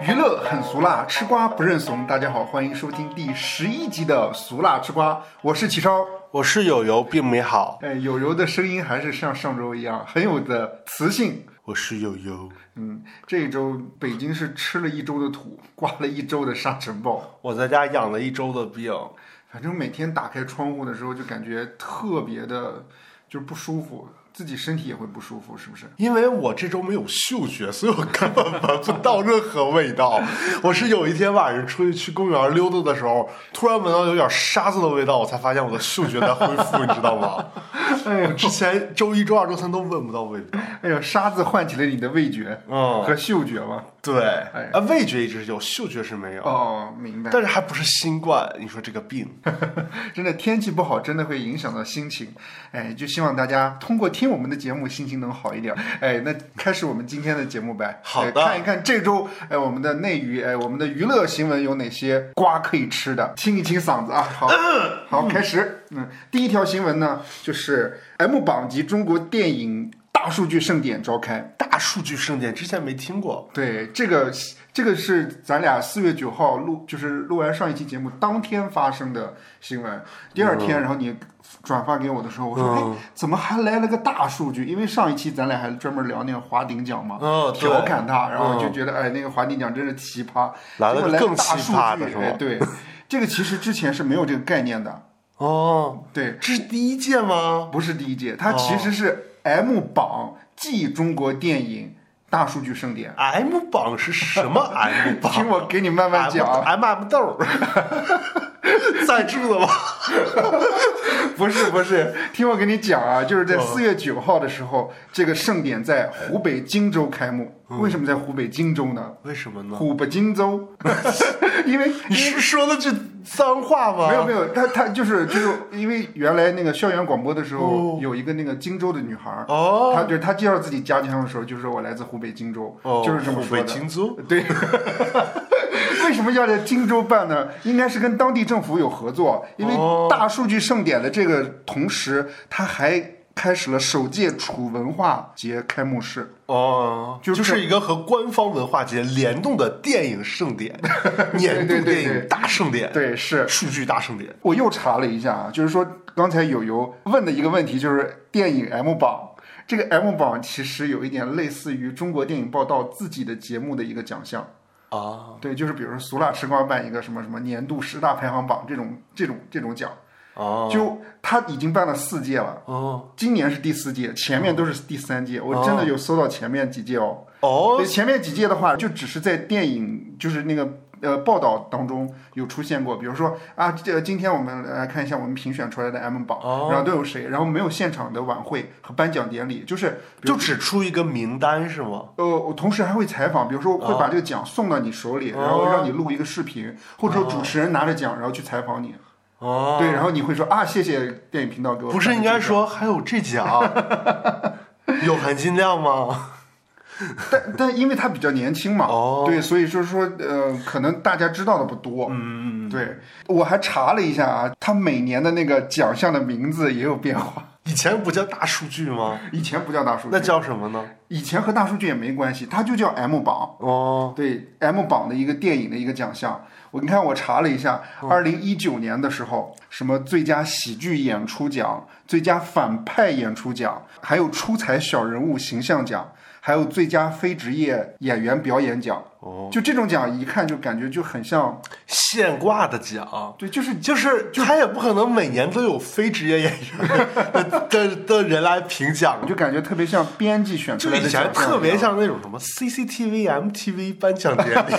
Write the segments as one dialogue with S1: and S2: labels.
S1: 娱乐很俗辣，吃瓜不认怂。大家好，欢迎收听第十一集的《俗辣吃瓜》，我是齐超。
S2: 我是友友，并没好。
S1: 哎，有柔的声音还是像上周一样，很有的磁性。
S2: 我是友友，
S1: 嗯，这一周北京是吃了一周的土，刮了一周的沙尘暴，
S2: 我在家养了一周的病，
S1: 反正每天打开窗户的时候就感觉特别的，就是不舒服，自己身体也会不舒服，是不 是？
S2: 因为我这周没有嗅觉，所以我根本闻不到任何味道。我是有一天晚上出去去公园溜达的时候，突然闻到有点沙子的味道，我才发现我的嗅觉在恢复，你知道吗？
S1: 哎
S2: 我
S1: 呀，
S2: 之前周一、周二、周三都闻不到味道。
S1: 哎呀，沙子唤起了你的味觉
S2: 嗯，
S1: 和嗅觉吧？
S2: 对，
S1: 哎
S2: 啊，味觉一直有，嗅觉是没有，
S1: 哦，明白。
S2: 但是还不是新冠。你说这个病，
S1: 真的天气不好，真的会影响到心情。哎，就希望大家通过听我们的节目，心情能好一点。哎，那开始我们今天的节目呗。
S2: 好
S1: 哎
S2: 的
S1: 看一看这周哎我们的内娱哎我们的娱乐新闻有哪些瓜可以吃的，清一清嗓子啊。好，好，开始。嗯，第一条新闻呢，就是 M 榜及中国电影大数据盛典召开。
S2: 大数据盛典之前没听过。
S1: 对，这个这个是咱俩四月九号录，就是录完上一期节目当天发生的新闻。第二
S2: 嗯
S1: 天，然后你转发给我的时候，我说：“哎，怎么还来了个大数据？”因为上一期咱俩还专门聊那个华鼎奖嘛，
S2: 嗯，对嗯
S1: 调侃他，然后就觉得哎，那个华鼎奖真是奇葩，
S2: 来了
S1: 结
S2: 个
S1: 果来
S2: 更
S1: 大
S2: 奇
S1: 数
S2: 葩的
S1: 据
S2: 是吗
S1: 哎 对，这个其实之前是没有这个概念的，
S2: 哦，
S1: 对，
S2: 这是第一届吗？
S1: 不是第一届，它
S2: 哦
S1: 其实是 M 榜即中国电影大数据盛典。
S2: M 榜是什 么 M 榜？
S1: 听我给你慢慢讲，
S2: M M 豆 儿，赞助的吗？
S1: 不是不是，听我跟你讲啊，就是在
S2: 嗯
S1: 四月九号的时候，这个盛典在湖北荆州开幕。
S2: 嗯
S1: 为什么在湖北荆州呢？
S2: 为什么呢？
S1: 湖北荆州， 因为
S2: 你是说的句脏话吗？
S1: 没有没有，他他就是就是因为原来那个校园广播的时候，有一个那个荆州的女孩儿，
S2: 哦
S1: 她就是她介绍自己家乡的时候，就说我来自湖北荆州，
S2: 哦，
S1: 就是这么说
S2: 北
S1: 的。
S2: 荆州
S1: 对，为什么要在荆州办呢？应该是跟当地政府有合作，因为
S2: 哦
S1: 大数据盛典的这个同时，它还开始了首届楚文化节开幕式。
S2: 哦，
S1: 就
S2: 就是是一个和官方文化节联动的电影盛典，年
S1: 对
S2: 度
S1: 对对
S2: 电影大盛典，
S1: 对，是
S2: 数据大盛典。
S1: 我又查了一下啊，就是说刚才友友问的一个问题，就是电影 M 榜。这个 M 榜其实有一点类似于中国电影报道自己的节目的一个奖项，
S2: 啊，
S1: 对，就是比如说俗辣吃瓜办一个什么什么年度十大排行榜这种这种这种奖，
S2: 哦，
S1: 就他已经办了四届了，
S2: 哦，
S1: 今年是第四届，前面都是第三届，我真的有搜到前面几届哦。
S2: 哦，
S1: 所以前面几届的话，就只是在电影就是那个呃报道当中有出现过，比如说啊，这今天我们来看一下我们评选出来的 M 榜，
S2: 哦
S1: 然后都有谁，然后没有现场的晚会和颁奖典礼，就是比如
S2: 就只出一个名单是吗？
S1: 呃，我同时还会采访，比如说会把这个奖送到你手里，
S2: 哦
S1: 然后让你录一个视频，或者说主持人拿着奖然后去采访你，
S2: 哦，
S1: 对，然后你会说啊，谢谢电影频道给我
S2: 不是
S1: 颁
S2: 应该
S1: 这个
S2: 说还有这奖， 有含金量吗？
S1: 但但因为他比较年轻嘛，
S2: 哦
S1: 对，所以就是说，呃，可能大家知道的不多。
S2: 嗯，
S1: 对，我还查了一下啊，他每年的那个奖项的名字也有变化，
S2: 以前不叫大数据吗？
S1: 以前不叫大数
S2: 那
S1: 据，
S2: 叫什么呢？
S1: 以前和大数据也没关系，它就叫 M 榜。
S2: 哦，
S1: 对 M 榜的一个电影的一个奖项，我你看我查了一下，
S2: 嗯
S1: 二零一九年的时候，什么最佳喜剧演出奖、最佳反派演出奖，还有出彩小人物形象奖，还有最佳非职业演员表演奖。
S2: 哦，
S1: 就这种奖，一看就感觉就很像，
S2: 现挂的奖，
S1: 对，就是
S2: 就是他也不可能每年都有非职业演员的 的的人来评奖
S1: 我。就感觉特别像编辑选出
S2: 就
S1: 来
S2: 以
S1: 的奖项
S2: 前
S1: 一样，
S2: 特别像那种什么 CCTV、MTV 颁奖典 礼，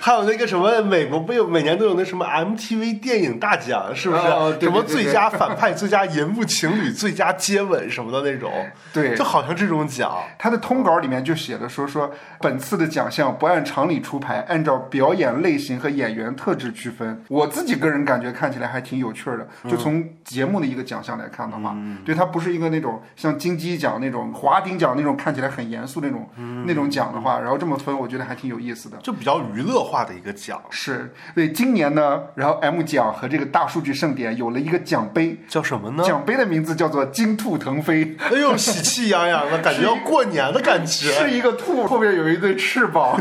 S2: 还有那个什么美国不有每年都有那什么 MTV 电影大奖，是不是？
S1: 哦对对
S2: 什么
S1: 对
S2: 最佳反派、最佳银幕情侣、最佳接吻什么的那种，
S1: 对
S2: 就。好像这种奖。
S1: 他的通稿里面就写了说说本次的奖项不按常理出牌，按照表演类型和演员特质区分。我自己个人感觉看起来还挺有趣儿的，就从节目的一个奖项来看的话，对它不是一个那种像金鸡奖那种、华鼎奖那种看起来很严肃那种、那种奖的话，然后这么分，我觉得还挺有意思的。
S2: 就比较娱乐化的一个奖，
S1: 是对今年呢，然后 M 奖和这个大数据盛典有了一个奖杯，
S2: 叫什么呢？
S1: 奖杯的名字叫做“金兔腾飞
S2: 哎呦，喜 气啊洋洋的感觉，要过年的感”，觉。
S1: 是一个兔，后面有一对翅膀。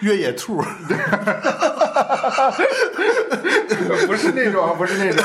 S2: 越野 兔，
S1: 不是那种，啊，不是那种。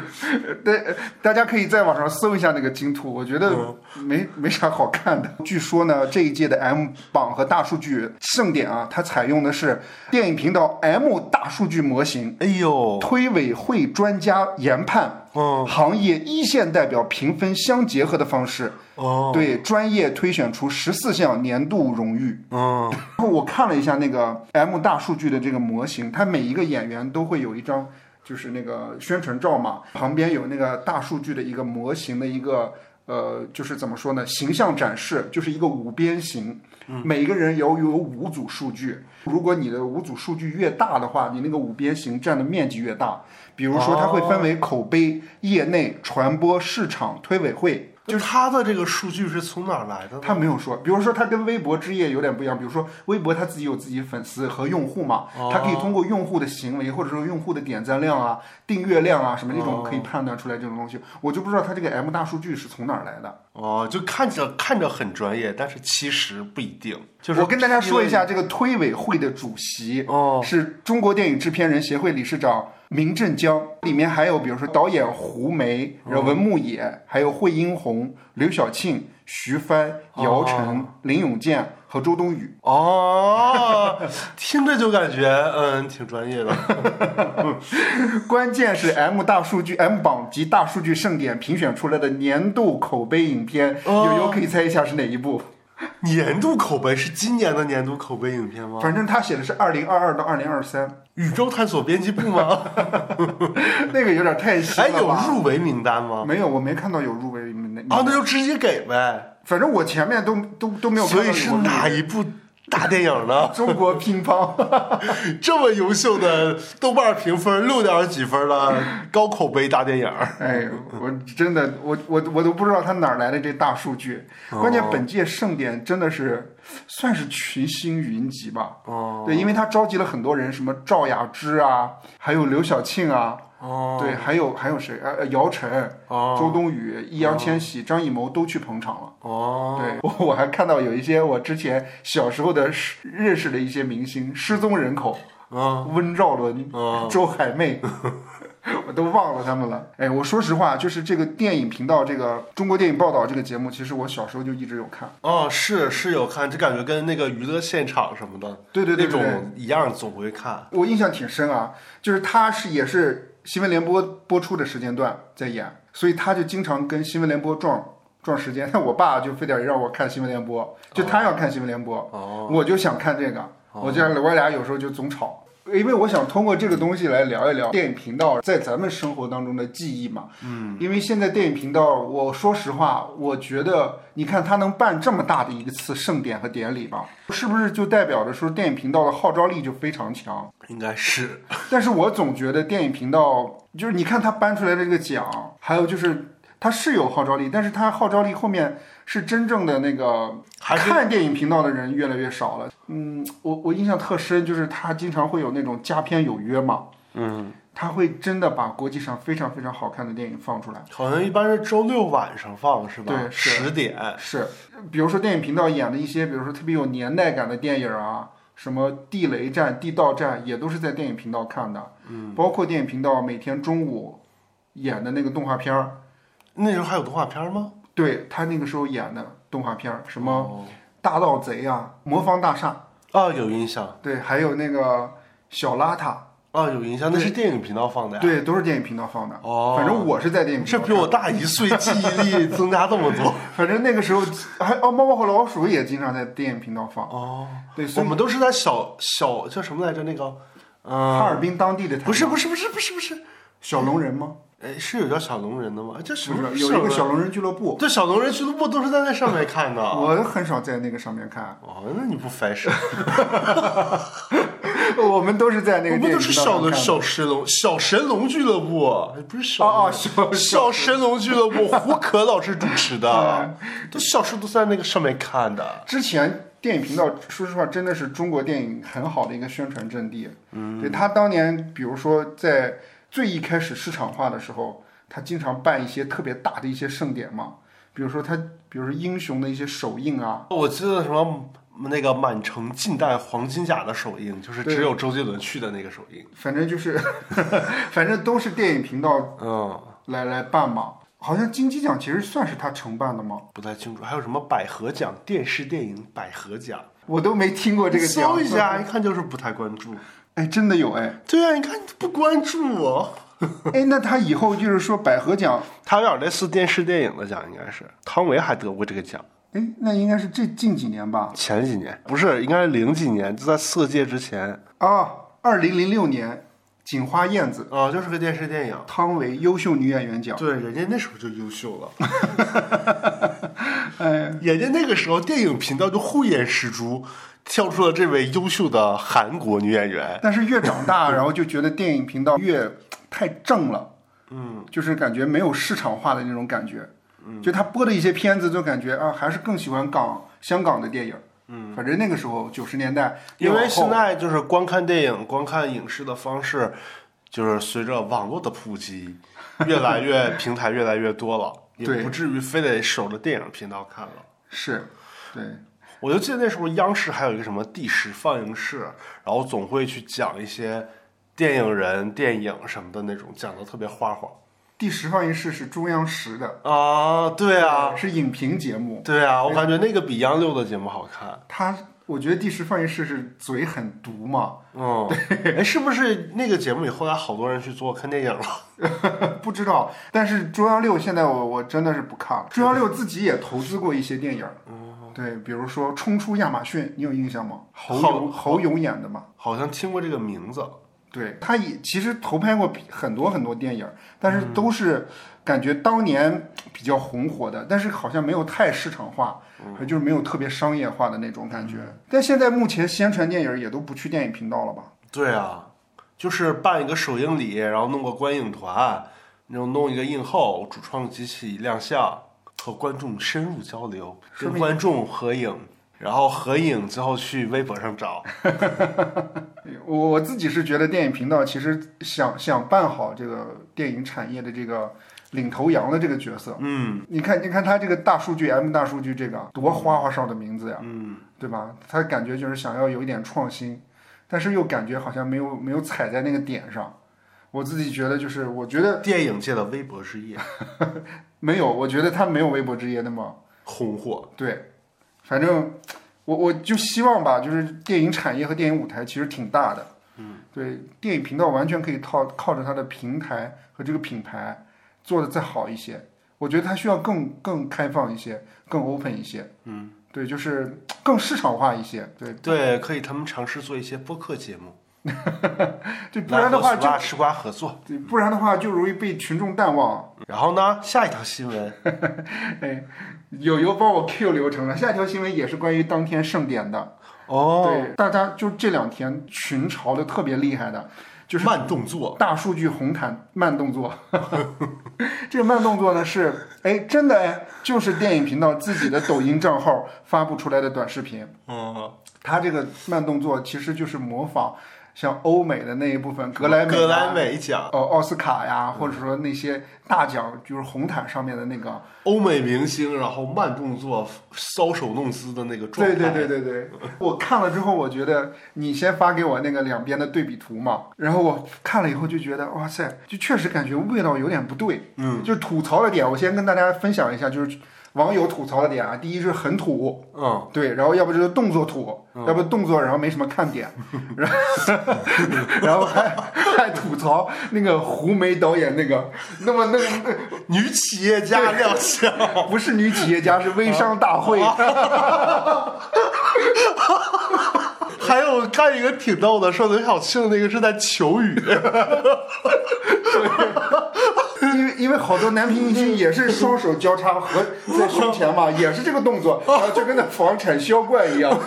S1: 对，大家可以在网上搜一下那个金兔，我觉得没没啥好看的。据说呢，这一届的 M 榜和大数据盛典啊，它采用的是电影频道 M 大数据模型。
S2: 哎呦，
S1: 推委会专家研判，
S2: 嗯
S1: 行业一线代表评分相结合的方式，
S2: 哦，
S1: 对专业推选出十四项年度荣誉。
S2: 嗯，
S1: 然后我看了一下那个 M 大数据的这个模型，它每一个演员都会有一张就是那个宣传照嘛，旁边有那个大数据的一个模型的一个呃，就是怎么说呢，形象展示，就是一个五边形。每个人有有五组数据，如果你的五组数据越大的话，你那个五边形占的面积越大。比如说，它会分为口碑、业内、传播、市场、推委会。
S2: 就是他的这个数据是从哪儿来的呢？
S1: 他没有说，比如说他跟微博之夜有点不一样，比如说微博他自己有自己粉丝和用户嘛，
S2: 哦
S1: 他可以通过用户的行为或者说用户的点赞量啊、订阅量啊什么这种可以判断出来这种东西，我就不知道他这个 M 大数据是从哪儿来的。
S2: 哦，就看着看着很专业，但是其实不一定。就是
S1: 我跟大家说一下，这个推委会的主席
S2: 哦，
S1: 是中国电影制片人协会理事长明振江，里面还有比如说导演胡梅、然
S2: 哦
S1: 后文牧野，还有惠英红、刘晓庆、徐帆、姚晨、林永健和周冬雨。
S2: 哦， 听着就感觉嗯挺专业的。
S1: 关键是 M 大数据 M 榜及大数据盛典评选出来的年度口碑影片，
S2: 哦
S1: 友友可以猜一下是哪一部？
S2: 年度口碑是今年的年度口碑影片吗？
S1: 反正他写的是二零二二到二零二 三，
S2: 宇宙探索编辑部 吗？
S1: 那个有点太新
S2: 哎，
S1: 了
S2: 有
S1: 吧？
S2: 入围名单吗？
S1: 没有，我没看到有入围名单。
S2: 啊，那就直接给呗。
S1: 反正我前面都都都没有看到
S2: 所
S1: 有入围。
S2: 以是哪一部大电影呢？
S1: 中国乒乓，
S2: 这么优秀的豆瓣评分六点几分的高口碑大电影，
S1: 哎，我真的，我我我都不知道他哪儿来的这大数据。
S2: 哦
S1: 关键本届盛典真的是算是群星云集吧。
S2: 哦
S1: 对，因为他召集了很多人，什么赵雅芝啊，还有刘晓庆啊，
S2: 哦
S1: 对，还有还有谁？呃，呃姚晨、
S2: 哦
S1: 周冬雨、易烊千玺、张艺谋都去捧场了。
S2: 哦，
S1: 对， 我我还看到有一些我之前小时候的识认识的一些明星失踪人口，
S2: 啊
S1: 温兆伦、
S2: 哦
S1: 周海 媚，我都忘了他们了。哎，我说实话，就是这个电影频道，这个中国电影报道这个节目，其实我小时候就一直有看。
S2: 哦，是是有看，就感觉跟那个娱乐现场什么的，
S1: 对对对
S2: 那
S1: 对对
S2: 种一样，总会看。
S1: 我印象挺深啊，就是他是也是新闻联播播出的时间段在演，所以他就经常跟新闻联播撞撞时间。 但我爸就非得让我看新闻联播，就他要看新闻联播，
S2: 哦
S1: 我就想看这个，我就我俩有时候就总吵。因为我想通过这个东西来聊一聊电影频道在咱们生活当中的记忆嘛，嗯，因为现在电影频道，我说实话，我觉得你看它能办这么大的一个次盛典和典礼吧，是不是就代表着说电影频道的号召力就非常强？
S2: 应该是
S1: 但是我总觉得电影频道就是你看他颁出来的这个奖，还有就是它是有号召力，但是它号召力后面是真正的那个
S2: 还是
S1: 看电影频道的人越来越少了。嗯，我我印象特深，就是他经常会有那种佳片有约嘛，嗯，他会真的把国际上非常非常好看的电影放出来。
S2: 好像一般是周六晚上放是吧？
S1: 对是
S2: 十点。
S1: 是，比如说电影频道演的一些，比如说特别有年代感的电影啊，什么《地雷战》《地道战》，也都是在电影频道看的。嗯，包括电影频道每天中午演的那个动画片儿，
S2: 那时候还有动画片吗？
S1: 对他那个时候演的动画片儿，什么
S2: 哦
S1: 《大盗贼》啊，《魔方大厦
S2: 啊，有印象》，
S1: 对，还有那个小邋遢，
S2: 啊，有印象，那是电影频道放的呀。
S1: 对，都是电影频道放的。
S2: 哦
S1: 反正我是在电影频
S2: 这
S1: 道
S2: 比我大一岁，记忆 力增加这么多。
S1: 反正那个时候还哦，《猫猫和老鼠》也经常在电影频道放。
S2: 哦，
S1: 对，所
S2: 我
S1: 以
S2: 们都是在小小叫什么来着？那个，
S1: 哈
S2: 嗯，
S1: 尔滨当地的台
S2: 不是
S1: 嘛
S2: 不是不是不是不是，
S1: 小龙人吗？
S2: 哎，是有叫小龙人的吗？哎这什
S1: 不
S2: 么？
S1: 是有一个
S2: 小
S1: 小龙人俱乐部
S2: 龙，，这小龙人俱乐部都是在那上面 看的。
S1: 我很少在那个上面看，
S2: 哦，那你不 fashion？
S1: 我们都是在 那
S2: 我
S1: 个
S2: 们
S1: 电
S2: 都
S1: 影
S2: 是
S1: 频道上
S2: 小的
S1: 看
S2: 小神龙小神龙俱乐部，哎不是小
S1: 哦哦
S2: 小小神龙俱乐部，胡可老师主持
S1: 哦
S2: 的， 都小时候都在那个上面看的。
S1: 之前电影频道，说实话，真的是中国电影很好的一个宣传阵地。嗯，对他当年，比如说在最一开始市场化的时候，他经常办一些特别大的一些盛典嘛，比如说他，比如说英雄的一些手印啊，
S2: 我记得什么那个满城尽带黄金甲的首映，就是只有周杰伦去的那个首映。
S1: 反正就是， 反正都是电影频道
S2: 嗯，
S1: 来来办嘛。好像金鸡奖其实算是他承办的吗？
S2: 不太清楚。还有什么百合奖、电视电影百合奖，
S1: 我都没听过这个奖。嗯
S2: 搜一下，一啊看就是不太关注。
S1: 哎，真的有 哎
S2: 对啊，你看你不关注哦我，
S1: 哎，那他以后就是说百合奖，
S2: 他有点类似电视电影的奖，应该是汤唯还得过这个奖。
S1: 哎，那应该是这近几年吧？
S2: 前几年不是，应该是零几年，就在《色戒》之前
S1: 啊，二零零六年，锦花燕子，
S2: 啊、就是个电视电影。
S1: 汤唯优秀女演员奖。
S2: 对，人家那时候就优秀了。
S1: 哎
S2: 人家那个时候电影频道就慧眼识珠，挑出了这位优秀的韩国女演员。
S1: 但是越长大，然后就觉得电影频道越太正了，嗯，就是感觉没有市场化的那种感觉，嗯，就他播的一些片子，就感觉啊，还是更喜欢港香港的电影，嗯，反正那个时候九十年代，
S2: 因
S1: 越
S2: 为
S1: 往后
S2: 现在就是观看电影、观看影视的方式，就是随着网络的普及，越来越平台越来越多了，
S1: 对
S2: 也不至于非得守着电影频道看了。
S1: 是，对，
S2: 我就记得那时候央视还有一个什么第十放映室，然后总会去讲一些电影人、电影什么的那种，讲的特别花花
S1: 第十放映室是中央十的，
S2: 啊。对啊，
S1: 是影评节目，
S2: 对啊，我感觉那个比央六的节目好看。
S1: 他我觉得第十放映室是嘴很毒嘛，
S2: 嗯，哎，是不是那个节目里后来好多人去做看电影了？
S1: 不知道，但是中央六现在我我真的是不看了。中央六自己也投资过一些电影儿，对，比如说《冲出亚马逊》，你有印象吗？侯
S2: 好
S1: 勇侯勇演的嘛，
S2: 好像听过这个名字。
S1: 对，他也其实投拍过很多很多电影儿，但是都是感觉当年比较红火的，但是好像没有太市场化，就是没有特别商业化的那种感觉。但现在目前宣传电影儿也都不去电影频道了吧？
S2: 对啊，就是办一个首映礼，然后弄个观影团，然后弄一个映后，主创集体亮相，和观众深入交流，
S1: 说
S2: 跟
S1: 明
S2: 观众合影，然后合影之后去微博上找。
S1: 我我自己是觉得电影频道其实想想办好这个电影产业的这个领头羊的这个角色。
S2: 嗯，
S1: 你看，你看他这个大数据 M 大数据这个多花花哨的名字呀，嗯，对吧？他感觉就是想要有一点创新，但是又感觉好像没有没有踩在那个点上。我自己觉得就是，我觉得
S2: 电影界的微博之夜，
S1: 没有，我觉得他没有微博之夜那么
S2: 红火。
S1: 对，反正我我就希望吧，就是电影产业和电影舞台其实挺大的，嗯，对，电影频道完全可以靠靠着它的平台和这个品牌做的再好一些，我觉得它需要更更开放一些，更 open 一些，嗯，对，就是更市场化一些， 对，
S2: 对，可以，他们尝试做一些播客节目，
S1: 对，不然的话
S2: 来和
S1: 就
S2: 索拉吃瓜合作。
S1: 对，不然的话就容易被群众淡忘。
S2: 然后呢，下一条新闻，
S1: 友友帮我 Q 流程了，下一条新闻也是关于当天盛典的，
S2: 哦，
S1: 对，大家就这两天群嘲的特别厉害的。
S2: 就是慢动作，
S1: 大数据红毯慢动作， 这个慢动作呢是，哎，真的哎，就是电影频道自己的抖音账号发布出来的短视频。
S2: 嗯，
S1: 它这个慢动作其实就是模仿像欧美的那一部分格莱美、
S2: 格莱、美啊奖，
S1: 呃奥斯卡呀，或者说那些大奖，就是红毯上面的那个。
S2: 欧美明星，然后慢动作、搔首弄姿的那个状态。
S1: 对对对对对， 我看了之后，我觉得你先发给我那个两边的对比图嘛，然后我看了以后就觉得，哇塞，就确实感觉味道有点不对。
S2: 嗯
S1: 就吐槽的点，我先跟大家分享一下，就是网友吐槽的点啊。第一就是很土，
S2: 嗯，
S1: 对，然后要不就是动作土，要不动作然后没什么看点， 然后然后还还吐槽那个胡梅导演那个，那么那个
S2: 女企业家亮相，
S1: 不是女企业家是微商大 会，
S2: 还有看一个挺逗的，说刘晓庆那个是在求雨，
S1: 因为因为好多男明星也是双手交叉 和在胸前嘛，也是这个动 作，然后就跟那房产销冠一 样。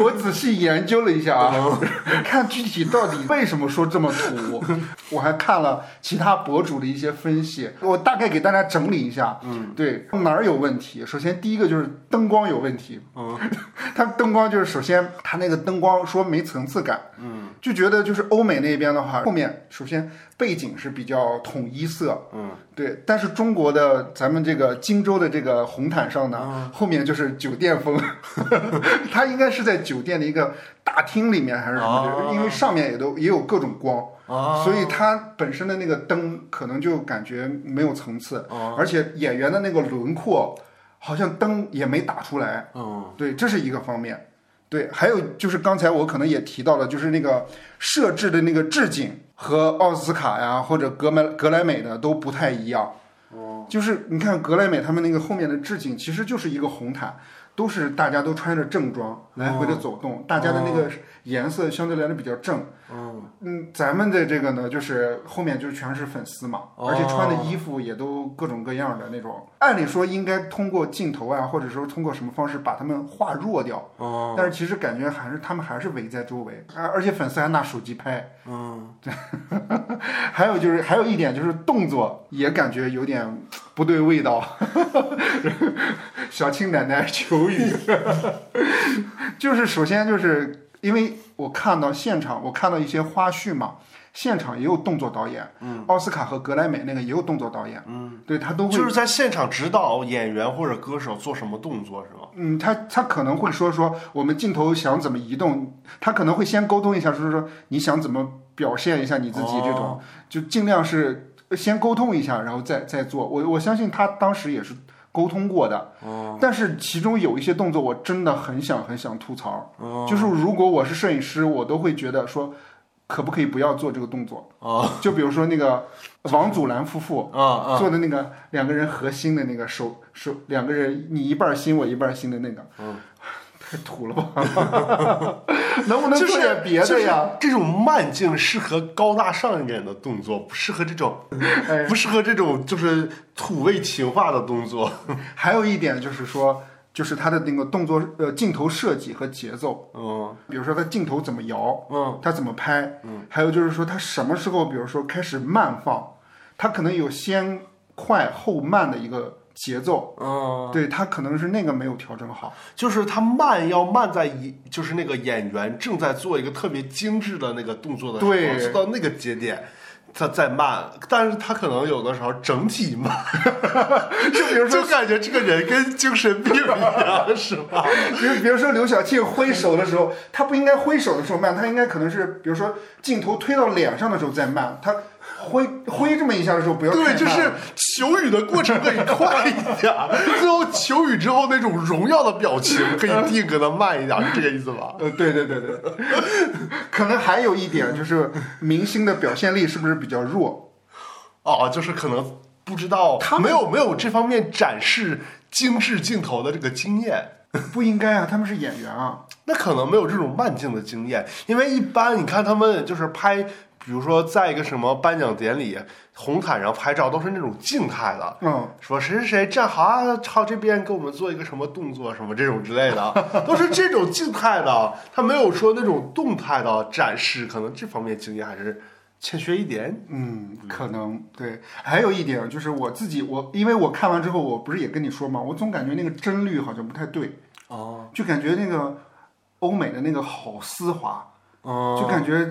S1: 我仔细研究了一下啊， 看具体到底为什么说这么 土。我还看了其他博主的一些分析，我大概给大家整理一下。嗯，对，哪儿有问题？首先第一个就是灯光 有问题。嗯，它灯光就是首先它那个灯光说没层次感。嗯，就觉得就是欧美那边的话，后面首先背景是比较统一色，
S2: 嗯，
S1: 对，但是中国的咱们这个荆州的这个红毯上呢，后面就是酒店风， 它应该是在酒店的一个大厅里面还是什么的，
S2: 哦
S1: 因为上面也都也有各种光。
S2: 啊，
S1: 所以它本身的那个灯可能就感觉没有层次，
S2: 哦
S1: 而且演员的那个轮廓好像灯也没打出来，
S2: 嗯，
S1: 对，这是一个方面。对，还有就是刚才我可能也提到了，就是那个设置的那个置景和奥斯卡呀或者格莱格莱美的都不太一样。哦，就是你看格莱美他们那个后面的置景，其实就是一个红毯，都是大家都穿着正装来回的走动，大家的那个颜色相对来的比较正。
S2: 嗯，
S1: 嗯，咱们的这个呢，就是后面就全是粉丝嘛，
S2: 哦
S1: 而且穿的衣服也都各种各样的那种。按理说应该通过镜头啊，或者说通过什么方式把他们化弱掉，
S2: 哦，
S1: 但是其实感觉还是他们还是围在周围，而而且粉丝还拿手机拍。
S2: 嗯，
S1: 还有就是还有一点就是动作也感觉有点不对味道。 小青奶奶求雨， 就是首先就是因为我看到现场，我看到一些花絮嘛。现场也有动作导演，嗯，奥斯卡和格莱美那个也有动作导演，嗯，对他都会
S2: 就是在现场指导演员或者歌手做什么动作是吗？
S1: 嗯，他他可能会说说我们镜头想怎么移动，他可能会先沟通一下，说说你想怎么表现一下你自己这种，
S2: 哦
S1: 就尽量是先沟通一下，然后再再做。我我相信他当时也是沟通过的，
S2: 哦
S1: 但是其中有一些动作我真的很想很想吐槽，
S2: 嗯哦
S1: 就是如果我是摄影师，我都会觉得说可不可以不要做这个动作？
S2: 哦
S1: 就比如说那个王祖蓝夫妇，
S2: 啊啊，
S1: 做的那个两个人合心的那个手手，两个人你一半儿心我一半儿心的那个，
S2: 嗯
S1: 太土了吧？ 能不能
S2: 就
S1: 做
S2: 是
S1: 点别的呀？
S2: 就是这种慢镜适合高大上一点的动作，不适合这 种，
S1: 哎
S2: 不适合这种就是土味情话的动作。
S1: 还有一点就是说，就是他的那个动作呃镜头设计和节奏，
S2: 嗯
S1: 比如说他镜头怎么摇，
S2: 嗯，
S1: 他怎么拍，还有就是说他什么时候，比如说开始慢放，他可能有先快后慢的一个节奏，
S2: 嗯，
S1: 对他可能是那个没有调整好。
S2: 就是他慢要慢在一，就是那个演员正在做一个特别精致的那个动作的时候，
S1: 对
S2: 做到那个节点。他再慢，但是他可能有的时候整体慢， 就比如说，就感觉这个人跟精神病一 样，是吧？
S1: 比如，比如说刘晓庆挥手的时候，他不应该挥手的时候慢，他应该可能是，比如说镜头推到脸上的时候再慢，他挥挥这么一下的时候不要太
S2: 对，
S1: 慢
S2: 就是求雨的过程可以快一点，最后求雨之后那种荣耀的表情可以定格的慢一点，是这个意思吧？
S1: 呃，对对对对， 可能还有一点就是明星的表现力是不是比较弱？
S2: 哦，就是可能不知道，
S1: 他们
S2: 没有没有这方面展示精致镜头的这个经验。
S1: 不应该啊，他们是演员啊。
S2: 那可能没有这种慢镜的经验，因为一般你看他们就是拍，比如说在一个什么颁奖典礼红毯上拍照，都是那种静态的，
S1: 嗯，
S2: 说谁谁谁站好啊，朝这边给我们做一个什么动作什么这种之类的， 都是这种静态的，他没有说那种动态的展示，可能这方面经验还是欠缺一点。
S1: 嗯，可能对。还有一点就是我自己，我因为我看完之后，我不是也跟你说嘛，我总感觉那个帧率好像不太对，
S2: 哦，
S1: 就感觉那个欧美的那个好丝滑，
S2: 嗯，
S1: 就感觉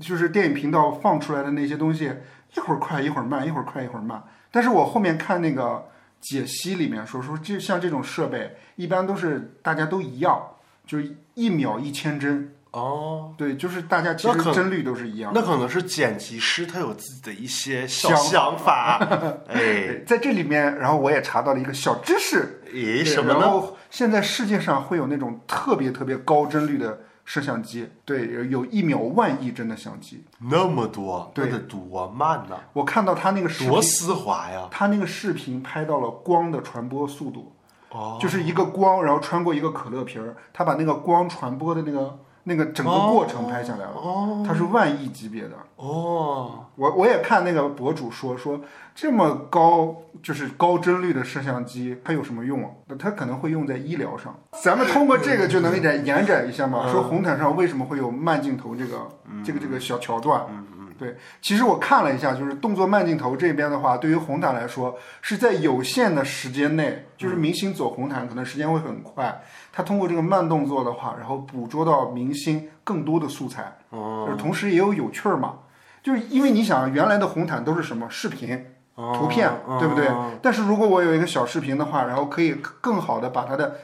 S1: 就是电影频道放出来的那些东西，一会儿快一会儿慢，一会儿快一会儿慢。但是我后面看那个解析里面说，说就像这种设备，一般都是大家都一样，就是一秒一千帧，
S2: 哦，
S1: 对，就是大家其
S2: 那可
S1: 实帧率都是一样的。
S2: 那可能是剪辑师他有自己的一些小
S1: 想
S2: 想法， 哎，
S1: 对在这里面，然后我也查到了一个小知识，
S2: 咦，
S1: 对
S2: 什么
S1: 然
S2: 呢？
S1: 后现在世界上会有那种特别特别高帧率的摄像机，对，有有一秒万亿帧的相机。
S2: 那么多，那
S1: 对
S2: 得多慢呐，
S1: 我看到他那个视频
S2: 多丝滑呀！
S1: 他那个视频拍到了光的传播速度，
S2: 哦，
S1: 就是一个光，然后穿过一个可乐瓶儿，他把那个光传播的那个那个整个过程拍下来了，
S2: 哦
S1: 它是万亿级别的。
S2: 哦，
S1: 我我也看那个博主说说这么高就是高帧率的摄像机它有什么用啊？那它可能会用在医疗上。咱们通过这个就 能
S2: 嗯
S1: 点延展一下嘛，说红毯上为什么会有慢镜头这个这个这个小桥段？嗯对，其实我看了一下，就是动作慢镜头这边的话，对于红毯来说，是在有限的时间内，就是明星走红毯可能时间会很快，他通过这个慢动作的话，然后捕捉到明星更多的素材，就是同时也有有趣儿嘛。就是因为你想，啊原来的红毯都是什么视频、图片，对不对？但是如果我有一个小视频的话，然后可以更好的把它的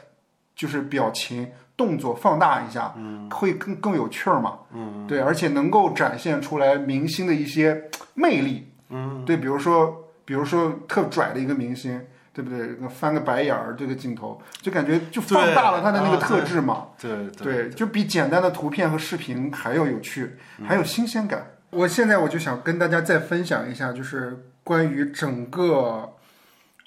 S1: 就是表情、动作放大一下，会更更有趣儿嘛。
S2: 嗯
S1: 对，而且能够展现出来明星的一些魅力。嗯，对，比如说，比如说特拽的一个明星，对不对？翻个白眼儿，这个镜头就感觉就放大了他的那个
S2: 对啊
S1: 特质嘛。
S2: 对嗯
S1: 对，就比简单的图片和视频还要有趣，还有新鲜感。我现在我就想跟大家再分享一下，就是关于整个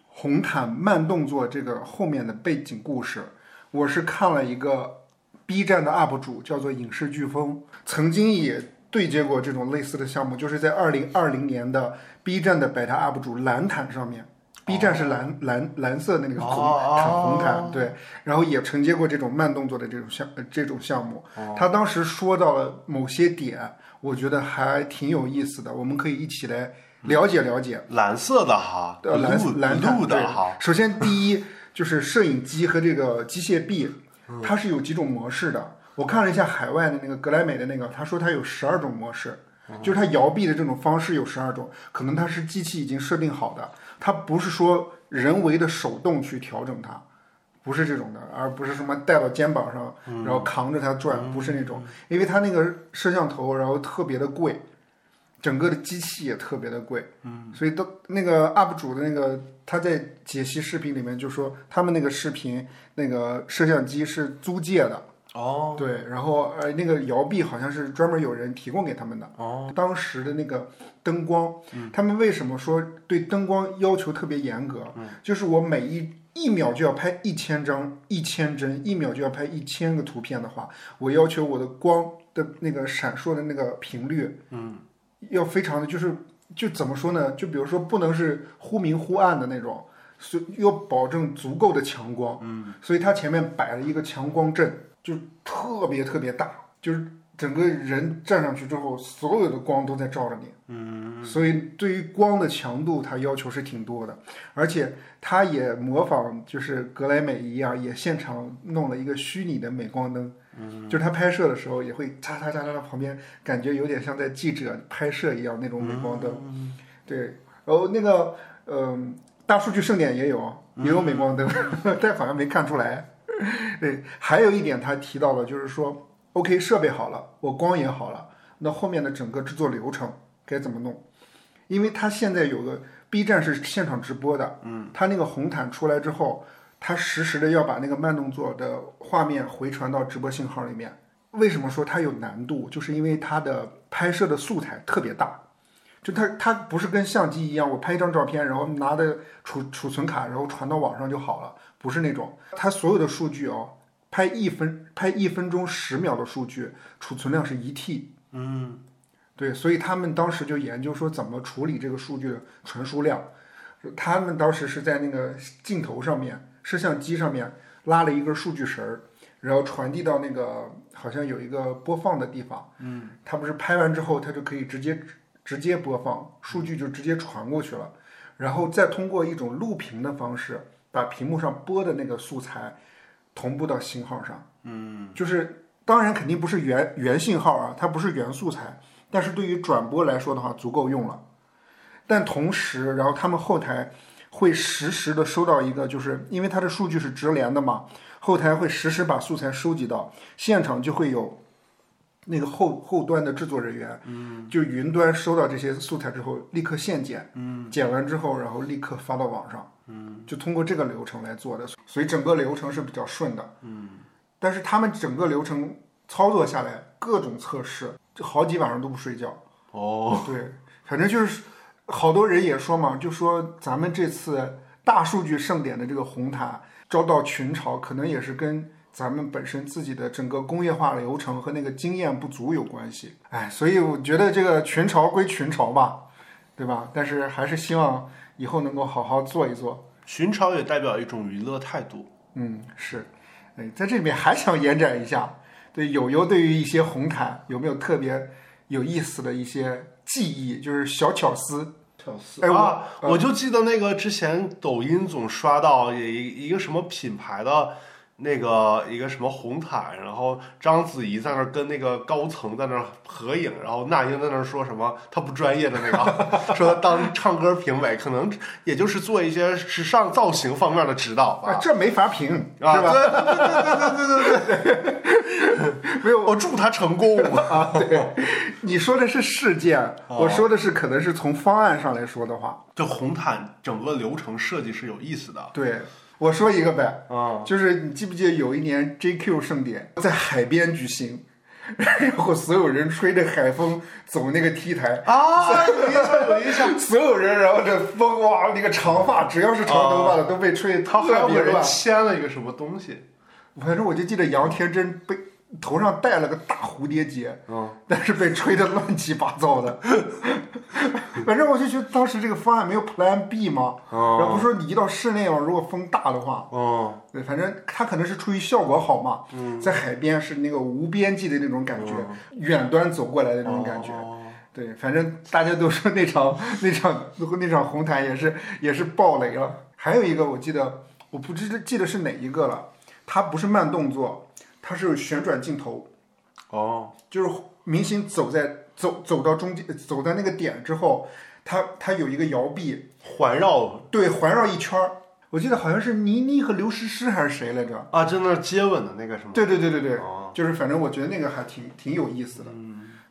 S1: 红毯慢动作这个后面的背景故事。我是看了一个 B 站的 UP 主，叫做影视飓风，曾经也对接过这种类似的项目，就是在二零二零年的 B 站的百搭 UP 主蓝毯上面。B 站是蓝、蓝蓝色的那个红
S2: 哦
S1: 毯红毯，对，然后也承接过这种慢动作的这种项、呃这种项目。
S2: 哦
S1: 他当时说到了某些点，我觉得还挺有意思的，我们可以一起来了解了解。
S2: 蓝色的哈，
S1: 呃，蓝
S2: 绿
S1: 蓝毯
S2: 绿
S1: 对
S2: 的哈，
S1: 首先第一就是摄影机和这个机械臂，
S2: 嗯
S1: 它是有几种模式的。我看了一下海外的那个格莱美的那个，他说它有十二种模式，
S2: 嗯
S1: 就是它摇臂的这种方式有十二种，可能它是机器已经设定好的，它不是说人为的手动去调整它。不是这种的，而不是什么带到肩膀上，
S2: 嗯
S1: 然后扛着它转，不是那种，因为它那个摄像头，然后特别的贵，整个的机器也特别的贵，嗯，所以都那个 UP 主的那个他在解析视频里面就说，他们那个视频那个摄像机是租借的，
S2: 哦
S1: 对，然后呃那个摇臂好像是专门有人提供给他们的。
S2: 哦，
S1: 当时的那个灯光，他们为什么说对灯光要求特别严格？就是我每一一秒就要拍一千张、一千帧，一秒就要拍一千个图片的话，我要求我的光的那个闪烁的那个频率，嗯，要非常的就是就怎么说呢？就比如说不能是忽明忽暗的那种。所以要保证足够的强光，嗯，所以它前面摆了一个强光阵，就特别特别大，就是整个人站上去之后，所有的光都在照着你，嗯，所以对于光的强度，它要求是挺多的，而且它也模仿就是格莱美一样，也现场弄了一个虚拟的镁光灯，嗯，就是他拍摄的时候也会嚓嚓嚓嚓嚓旁边，感觉有点像在记者拍摄一样那种镁光灯，对，然后那个嗯、大数据盛典也有也有镁光灯， 但好像没看出来。 对，还有一点他提到了，就是说，OK，设备好了，我光也好了，那后面的整个制作流程该怎么弄？因为他现在有个 B 站是现场直播的，嗯，他那个红毯出来之后，他实时的要把那个慢动作的画面回传到直播信号里面。为什么说它有难度？就是因为它的拍摄的素材特别大，就它它不是跟相机一样，我拍一张照片，然后拿的储储存卡，然后传到网上就好了，不是那种。它所有的数据哦，拍一分拍一分钟十秒的数据，储存量是一 T。嗯，对，所以他们当时就研究说怎么处理这个数据的传输量。他们当时是在那个镜头上面，摄像机上面拉了一根数据绳儿，然后传递到那个好像有一个播放的地方。嗯，他不是拍完之后，他就可以直接直接播放，数据就直接传过去了，然后再通过一种录屏的方式，把屏幕上播的那个素材同步到信号上。嗯，就是当然肯定不是原原信号啊，它不是原素材，但是对于转播来说的话，足够用了。但同时，然后他们后台会实时的收到一个，就是因为它的数据是直连的嘛，后台会实时把素材收集到，现场就会有那个后后端的制作人员，嗯，就云端收到这些素材之后，立刻现剪，嗯，剪完之后，然后立刻发到网上，嗯，就通过这个流程来做的，所以整个流程是比较顺的，嗯，但是他们整个流程操作下来，各种测试，就好几晚上都不睡觉，
S2: 哦，
S1: 对，反正就是好多人也说嘛，就说咱们这次大数据盛典的这个红毯招到群嘲，可能也是跟咱们本身自己的整个工业化流程和那个经验不足有关系。哎，所以我觉得这个群嘲归群嘲吧，对吧？但是还是希望以后能够好好做一做。
S2: 寻常也代表一种娱乐态度。
S1: 嗯，是。哎，在这里面还想延展一下，对友友对于一些红毯有没有特别有意思的一些技艺，就是小巧思。
S2: 巧思
S1: 哎我
S2: 啊！
S1: 嗯
S2: 我就记得那个之前抖音总刷到一一个什么品牌的那个一个什么红毯，然后章子怡在那儿跟那个高层在那儿合影，然后那英在那儿说什么她不专业的那 个，说她当唱歌评委，可能也就是做一些时尚造型方面的指导
S1: 啊，
S2: 吧。
S1: 这没法评，是
S2: 啊，
S1: 吧？
S2: 对
S1: 没有，
S2: 我祝她成功。
S1: 你说的是事件，
S2: 哦
S1: 我说的是可能是从方案上来说的话。
S2: 这红毯整个流程设计是有意思的。
S1: 对，我说一个呗，
S2: 嗯，
S1: 就是你记不记得有一年 JQ 盛典在海边举行， 然后所有人吹着海风走那个 T 台，
S2: 啊，有印象，有印 象。
S1: 所有人然后这风哇，那个长发只要是长头发的都被吹得
S2: 他还
S1: 特
S2: 有
S1: 别
S2: 人
S1: 乱。
S2: 签了一个什么东西，
S1: 反正我就记得杨天真被头上戴了个大蝴蝶结，
S2: 嗯，
S1: 但是被吹得乱七八糟的。 反正我就觉得当时这个方案没有 Plan B 嘛，
S2: 哦
S1: 然后不是说你移到室内嘛，如果风大的话，
S2: 嗯，
S1: 对，反正它可能是出于效果好嘛，在海边是那个无边际的那种感觉，
S2: 哦
S1: 远端走过来
S2: 嗯
S1: 的那种感觉。对，反正大家都说那场那场那场红毯也是也是爆雷了。还有一个我记得我不知记得是哪一个了，它不是慢动作，它是有旋转镜头，
S2: 哦，
S1: 就是明星走在走走到中间走在那个点之后，它它有一个摇臂，
S2: 环绕
S1: 对，环绕一圈儿。我记得好像是倪妮和刘诗诗还是谁来着？
S2: 啊，在那儿接吻的那个什么，
S1: 对对对对对，
S2: 哦
S1: 就是反正我觉得那个还挺挺有意思的。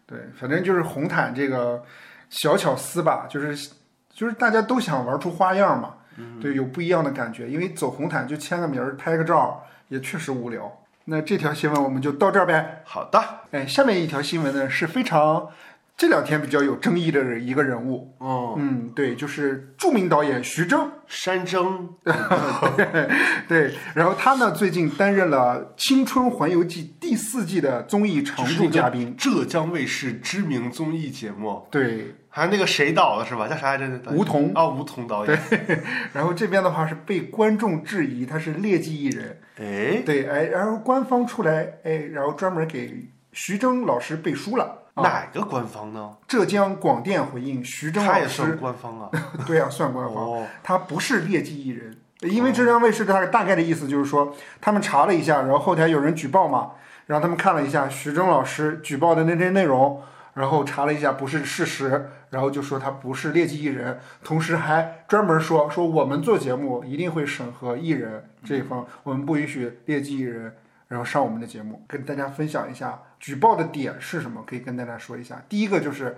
S1: 对，反正就是红毯这个小巧思吧，就是就是大家都想玩出花样嘛。对，有不一样的感觉，因为走红毯就签个名儿、拍个照，也确实无聊。那这条新闻我们就到这儿呗。
S2: 好的，
S1: 哎，下面一条新闻呢是非常这两天比较有争议的人一个人物。
S2: 嗯，
S1: 嗯，对，就是著名导演徐峥。
S2: 山蒸，
S1: 对，然后他呢最近担任了《青春环游记》第四季的综艺常驻嘉宾。，
S2: 浙江卫视知名综艺节目，
S1: 对，
S2: 还有那个谁导的是吧？叫啥来着？
S1: 吴彤。
S2: 啊，吴彤导演，
S1: 然后这边的话是被观众质疑他是劣迹艺人，
S2: 哎，
S1: 对，哎，然后官方出来，哎，然后专门给徐峥老师背书了。啊，
S2: 哪个官方呢？
S1: 浙江广电回应徐峥
S2: 他
S1: 老
S2: 也算
S1: 师，
S2: 官方啊？
S1: 对啊，算 官方，
S2: 哦，
S1: 他不是劣迹艺人。因为浙江卫视它大概的意思就是说，他们查了一下，然后后台有人举报嘛，然后他们看了一下徐峥老师举报的那些内容，然后查了一下不是事实，然后就说他不是劣迹艺人，同时还专门说说我们做节目一定会审核艺人这一方，我们不允许劣迹艺人。然后上我们的节目，跟大家分享一下举报的点是什么，可以跟大家说一下。第一个就是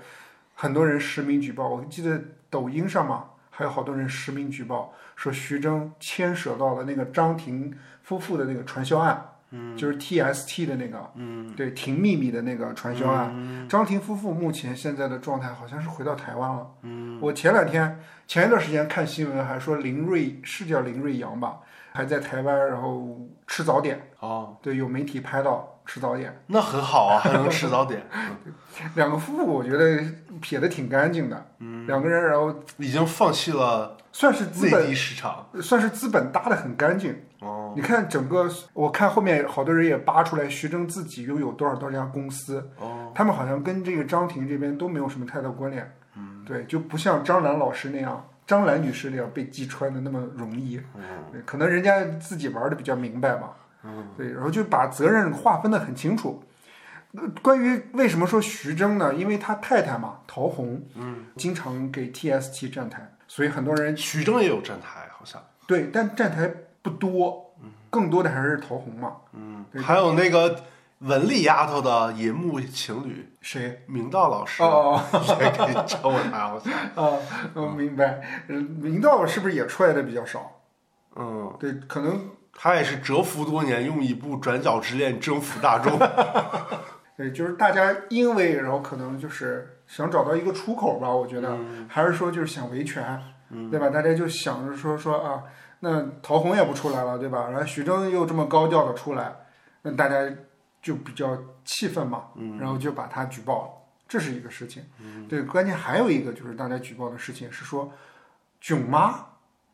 S1: 很多人实名举报，我记得抖音上嘛，还有好多人实名举报，说徐峥牵扯到了那个张庭夫妇的那个传销案，嗯，就是 TST 的那个，嗯，对，挺秘密的那个传销案。张庭夫妇目前现在的状态好像是回到台湾了，嗯，我前两天前一段时间看新闻还说林瑞是叫林瑞阳吧，还在台湾，然后吃早点，
S2: 哦，
S1: 对，有媒体拍到吃早点，
S2: 那很好啊，还能吃 早点，
S1: 两个夫妇我觉得撇的挺干净的，嗯，两个人然后
S2: 已经放弃了
S1: 算是资
S2: 内
S1: 本
S2: 地市场。
S1: 算是资本搭的很干净。
S2: 哦，
S1: 你看整个，我看后面好多人也扒出来，徐峥自己拥有多少多少家公司，
S2: 哦，
S1: 他们好像跟这个张庭这边都没有什么太大关联。嗯，对，就不像张兰老师那样，张兰女士那样被击穿的那么容易。对，可能人家自己玩的比较明白吧。嗯，对，然后就把责任划分的很清楚。那关于为什么说徐峥呢？因为他太太嘛，陶虹，嗯，经常给 TST 站台，所以很多人
S2: 徐峥也有站台，好像。
S1: 对，但站台不多，更多的还是陶虹嘛。嗯，对，
S2: 还有那个文丽丫头的银幕情侣
S1: 谁？
S2: 明道老师，
S1: 哦
S2: 也可以找我拿，我操，
S1: 啊，我明白。呃明道是不是也出来的比较少？
S2: 嗯，
S1: 对，可能
S2: 他也是蛰伏多年，用一部《转角之恋》征服大众。
S1: 对，就是大家因为然后可能就是想找到一个出口吧，我觉得、还是说就是想维权，对吧？大家就想着说说啊，那陶虹也不出来了，对吧？然后徐峥又这么高调的出来，那大家就比较气愤嘛，然后就把他举报了，这是一个事情。对，关键还有一个就是大家举报的事情是说，囧妈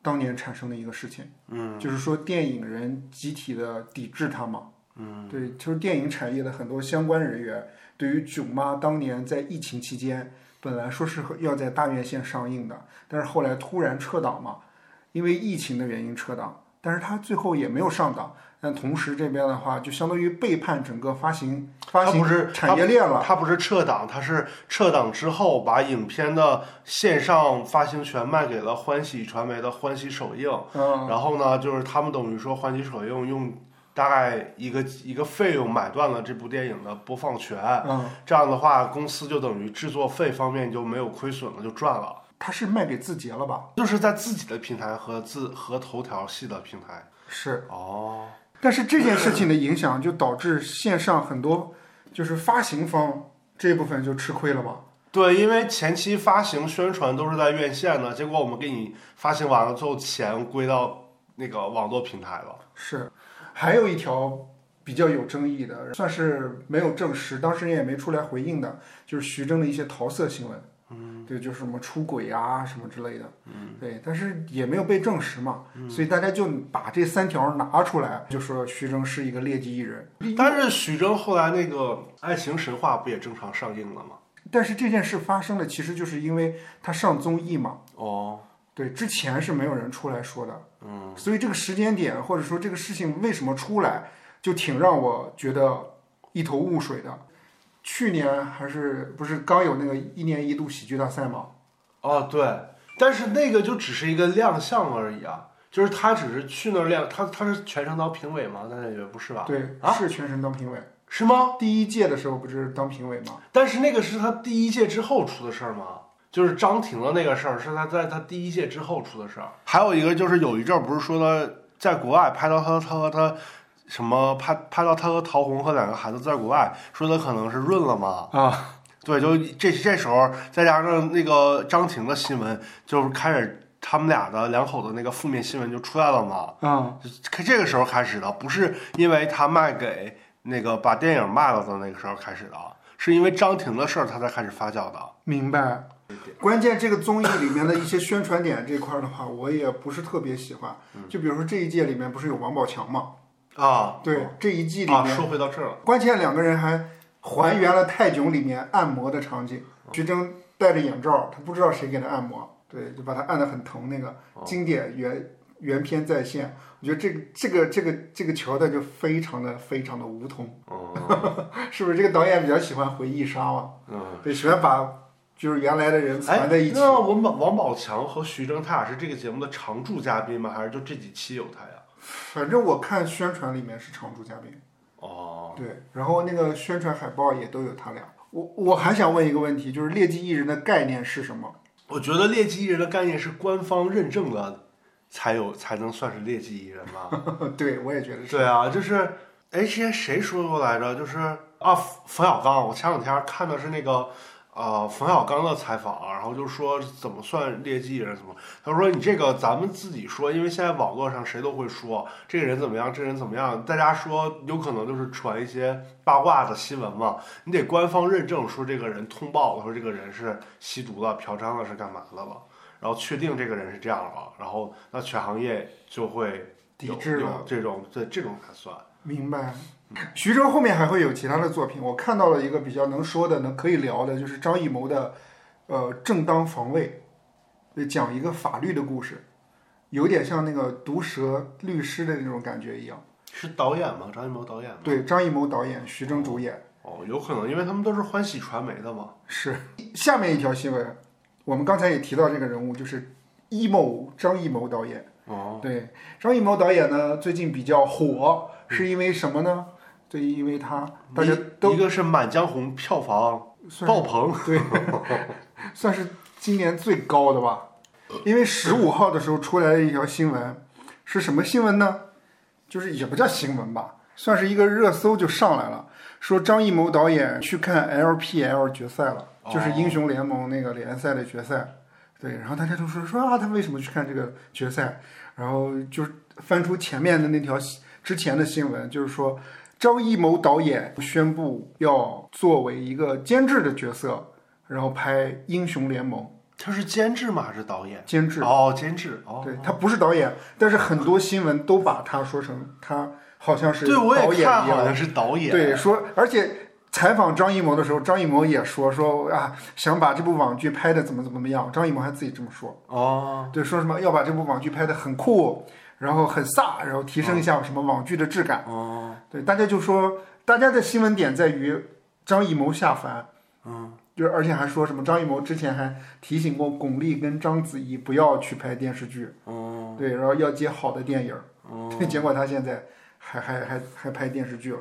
S1: 当年产生的一个事情，嗯，就是说电影人集体的抵制他嘛，嗯，对，就是电影产业的很多相关人员对于囧妈当年在疫情期间本来说是和要在大院线上映的，但是后来突然撤档嘛，因为疫情的原因撤档，但是它最后也没有上档。但同时这边的话，就相当于背叛整个发行发
S2: 它
S1: 行
S2: 不是
S1: 产业链了。
S2: 它不是撤档，它是撤档之后把影片的线上发行权卖给了欢喜传媒的欢喜首映，
S1: 嗯，
S2: 然后呢，就是他们等于说欢喜首映用大概一个一个费用买断了这部电影的播放权，
S1: 嗯，
S2: 这样的话公司就等于制作费方面就没有亏损了，就赚了。
S1: 它是卖给字节了吧？
S2: 就是在自己的平台和自和头条系的平台
S1: 是，
S2: 哦，
S1: 但是这件事情的影响就导致线上很多就是发行方这部分就吃亏了嘛。
S2: 对，因为前期发行宣传都是在院线的，结果我们给你发行完了之后，钱归到那个网络平台了。
S1: 是，还有一条比较有争议的，算是没有证实，当事人也没出来回应的，就是徐峥的一些桃色新闻。嗯，对，就是什么出轨啊什么之类的。嗯，对，但是也没有被证实嘛，所以大家就把这三条拿出来，就说徐峥是一个劣迹艺人。
S2: 但是徐峥后来那个《爱情神话》不也正常上映了吗？
S1: 但是这件事发生了，其实就是因为他上综艺嘛，
S2: 哦，
S1: 对，之前是没有人出来说的，嗯，所以这个时间点或者说这个事情为什么出来，就挺让我觉得一头雾水的。去年还是不是刚有那个一年一度喜剧大赛嘛？
S2: 哦，对，但是那个就只是一个亮相而已啊，就是他只是去那儿亮，他他是全程当评委吗？但是也不是吧？
S1: 对，
S2: 啊
S1: 是全神当评委。
S2: 是吗？
S1: 第一届的时候不是当评委嘛？
S2: 但是那个是他第一届之后出的事儿吗？就是张庭的那个事儿，是他在他第一届之后出的事儿。还有一个就是有一阵儿不是说他在国外拍到他他和他什么拍拍到他和陶虹和两个孩子在国外，说他可能是润了吗？
S1: 啊，
S2: 对，就这这时候再加上那个张庭的新闻，就是开始他们俩的两口子那个负面新闻就出来了嘛。
S1: 嗯，
S2: 这这个时候开始的，不是因为他卖给那个把电影卖了的那个时候开始的，啊是因为张庭的事儿他才开始发酵的。
S1: 明白。关键这个综艺里面的一些宣传点这块儿的话，我也不是特别喜欢。
S2: 嗯
S1: 就比如说这一届里面不是有王宝强嘛？
S2: 啊，
S1: 对，这一季里面
S2: 啊，说回到这儿了，
S1: 关键两个人还还原了泰囧里面按摩的场景，徐峥戴着眼罩，他不知道谁给他按摩，对，就把他按得很疼。那个
S2: 哦
S1: 经典原原片再现，我觉得这个这个这个这个桥段就非常的非常的无痛， 是不是？这个导演比较喜欢回忆杀嘛，
S2: 嗯，
S1: 对，喜欢把就是原来的人
S2: 哎
S1: 攒在一，起。
S2: 那王宝王宝强和徐峥他俩是这个节目的常驻嘉宾吗？还是就这几期有他呀？
S1: 反正我看宣传里面是常驻嘉宾。
S2: 哦，
S1: 对，然后那个宣传海报也都有他俩。我我还想问一个问题，就是劣迹艺人的概念是什么？
S2: 我觉得劣迹艺人的概念是官方认证了才有才能算是劣迹艺人吧。
S1: 对，我也觉得是。
S2: 对啊，就是哎，之前谁说过来着？就是啊，冯冯小刚，我前两天看的是那个呃冯小刚的采访，然后就说怎么算劣迹艺人什么？他说你这个咱们自己说，因为现在网络上谁都会说这个人怎么样，这个人怎么样，大家说有可能就是传一些八卦的新闻嘛，你得官方认证说这个人通报了，说这个人是吸毒了、嫖娼了，是干嘛的了。然后确定这个人是这样了，然后那全行业就会
S1: 抵
S2: 有
S1: 制
S2: 有
S1: 了
S2: 这种对这种才算。
S1: 明白。徐峥后面还会有其他的作品，我看到了一个比较能说的、能可以聊的，就是张艺谋的，呃，正当防卫，就讲一个法律的故事，有点像那个毒舌律师的那种感觉一样。
S2: 是导演吗？张艺谋导演吗？，
S1: 对，张艺谋导演，徐峥主演。
S2: 哦，有可能，因为他们都是欢喜传媒的嘛。
S1: 是。下面一条新闻，我们刚才也提到这个人物，就是艺谋张艺谋导演。
S2: 哦，
S1: 对，张艺谋导演呢，最近比较火，是因为什么呢？对，因为他大家都
S2: 一个是《满江红》票房
S1: 算
S2: 爆棚，
S1: 对， 算是今年最高的吧。因为十五号的时候出来了一条新闻，是什么新闻呢？就是也不叫新闻吧，算是一个热搜就上来了，说张艺谋导演去看 LPL 决赛了，就是英雄联盟那个联赛的决赛。对，然后大家都说说啊，他为什么去看这个决赛？然后就翻出前面的那条之前的新闻，就是说张艺谋导演宣布要作为一个监制的角色，然后拍《英雄联盟
S2: 他是监制吗？还是导演？》
S1: 监制。
S2: 哦，监制哦。
S1: 对他不是导演，但是很多新闻都把他说成他好像是
S2: 对，我
S1: 导
S2: 也
S1: 演
S2: 看
S1: 一
S2: 好
S1: 样。
S2: 像是导演。
S1: 对，说而且采访张艺谋的时候，张艺谋也说说啊，想把这部网剧拍的怎么怎么样。张艺谋还自己这么说，
S2: 哦，
S1: 对，说什么要把这部网剧拍的很酷，然后很飒，然后提升一下什么网剧的质感。
S2: 哦，
S1: 对，大家就说，大家的新闻点在于张艺谋下凡，
S2: 嗯，
S1: 就是而且还说什么张艺谋之前还提醒过巩俐跟章子怡不要去拍电视剧，
S2: 哦，
S1: 对，然后要接好的电影儿，
S2: 哦，
S1: 结果他现在还还还还拍电视剧了。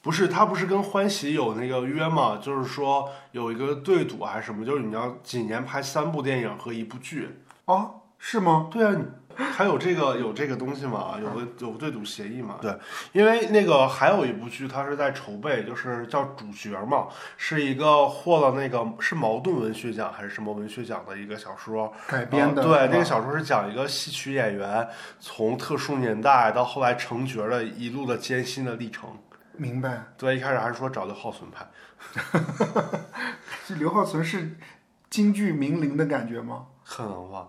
S2: 不是，他不是跟欢喜有那个约嘛？就是说有一个对赌还是什么？就是你要几年拍三部电影和一部剧。
S1: 啊，是吗？
S2: 对啊，你还有这个有这个东西嘛？有个有个对赌协议嘛？对，因为那个还有一部剧，它是在筹备，就是叫《主角》嘛，是一个获了那个是茅盾文学奖还是什么文学奖的一个小说。
S1: 改编的，
S2: 啊对，那个
S1: 是吧
S2: 小说是讲一个戏曲演员从特殊年代到后来成角的一路的艰辛的历程。
S1: 明白。
S2: 对，一开始还是说找刘浩存拍。
S1: 这刘浩存是京剧名伶的感觉吗？
S2: 可能吧，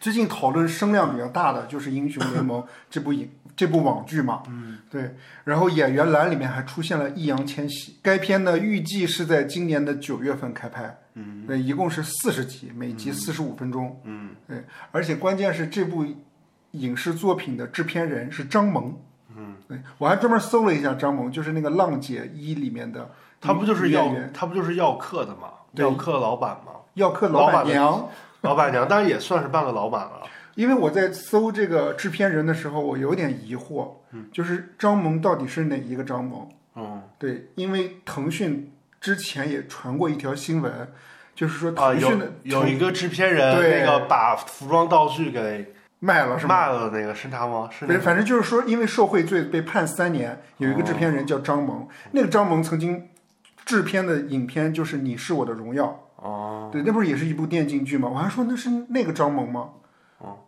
S1: 最近讨论声量比较大的就是《英雄联 盟》这部影这部网剧嘛，嗯，对。然后演员栏里面还出现了易烊千玺。该片呢预计是在今年的九月份开拍，嗯，对，一共是四十集，每集四十五分钟，
S2: 嗯，
S1: 对。而且关键是这部影视作品的制片人是张萌，嗯，对我还专门搜了一下张萌，就是那个《浪姐一》里面的
S2: 他不就是
S1: 女演
S2: 药
S1: 员，
S2: 他不就是药客的嘛，
S1: 对
S2: 药客老板嘛，
S1: 要克
S2: 老板
S1: 板
S2: 的
S1: 娘。
S2: 老板娘，当然也算是半个老板了。
S1: 因为我在搜这个制片人的时候，我有点疑惑，就是张萌到底是哪一个张萌？
S2: 嗯，
S1: 对，因为腾讯之前也传过一条新闻，就是说
S2: 啊，
S1: 腾
S2: 有
S1: 讯的、
S2: 有一个制片人，
S1: 对
S2: 那个把服装道具给
S1: 卖了是吗？
S2: 卖了，那个是他吗？是那
S1: 对，
S2: 个
S1: 反正就是说，因为受贿罪被判三年，有一个制片人叫张
S2: 哦
S1: 萌，那个张萌曾经制片的影片就是《你是我的荣耀》，
S2: 哦，
S1: 对，那不是也是一部电竞剧吗？我还说那是那个张萌吗？
S2: 哦，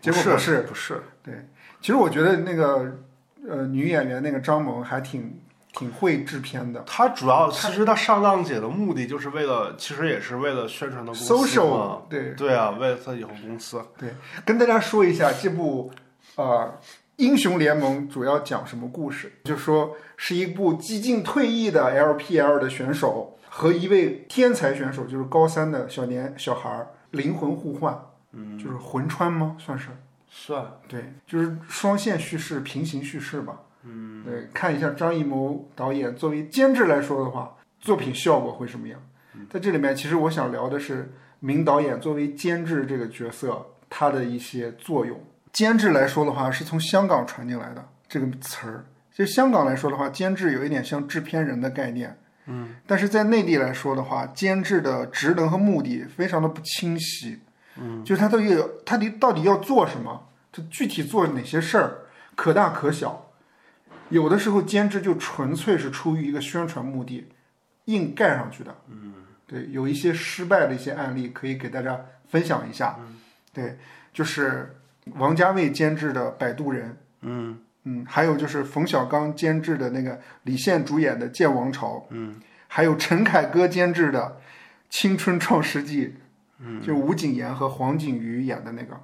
S1: 结果
S2: 不
S1: 不是，
S2: 不是，
S1: 对，其实我觉得那个呃女演员那个张萌还挺挺会制片的
S2: 他主要其实他上浪姐的目的就是为了，其实也是为了宣传的公司嘛。
S1: ，social 对
S2: 对啊，为了他以后公司。
S1: 对，跟大家说一下这部呃《英雄联盟》主要讲什么故事，就说是一部激进退役的 LPL 的选手和一位天才选手，就是高三的小年小孩儿灵魂互换，
S2: 嗯，
S1: 就是魂穿吗？算是。
S2: 算
S1: 对，就是双线叙事、平行叙事吧。嗯，对，看一下张艺谋导演作为监制来说的话，作品效果会什么样？在这里面，其实我想聊的是明导演作为监制这个角色，他的一些作用。监制来说的话，是从香港传进来的这个词儿。其实香港来说的话，监制有一点像制片人的概念。嗯，但是在内地来说的话，监制的职能和目的非常的不清晰。嗯，就是他到底有他得到底要做什么？就具体做哪些事儿，可大可小。有的时候监制就纯粹是出于一个宣传目的，硬盖上去的。嗯，对，有一些失败的一些案例可以给大家分享一下。对，就是王家卫监制的《摆渡人》。嗯还有就是冯小刚监制的那个李现主演的《剑王朝》。嗯，还有陈凯歌监制的《青春创世纪》。嗯，就吴谨言和黄景瑜演的那个。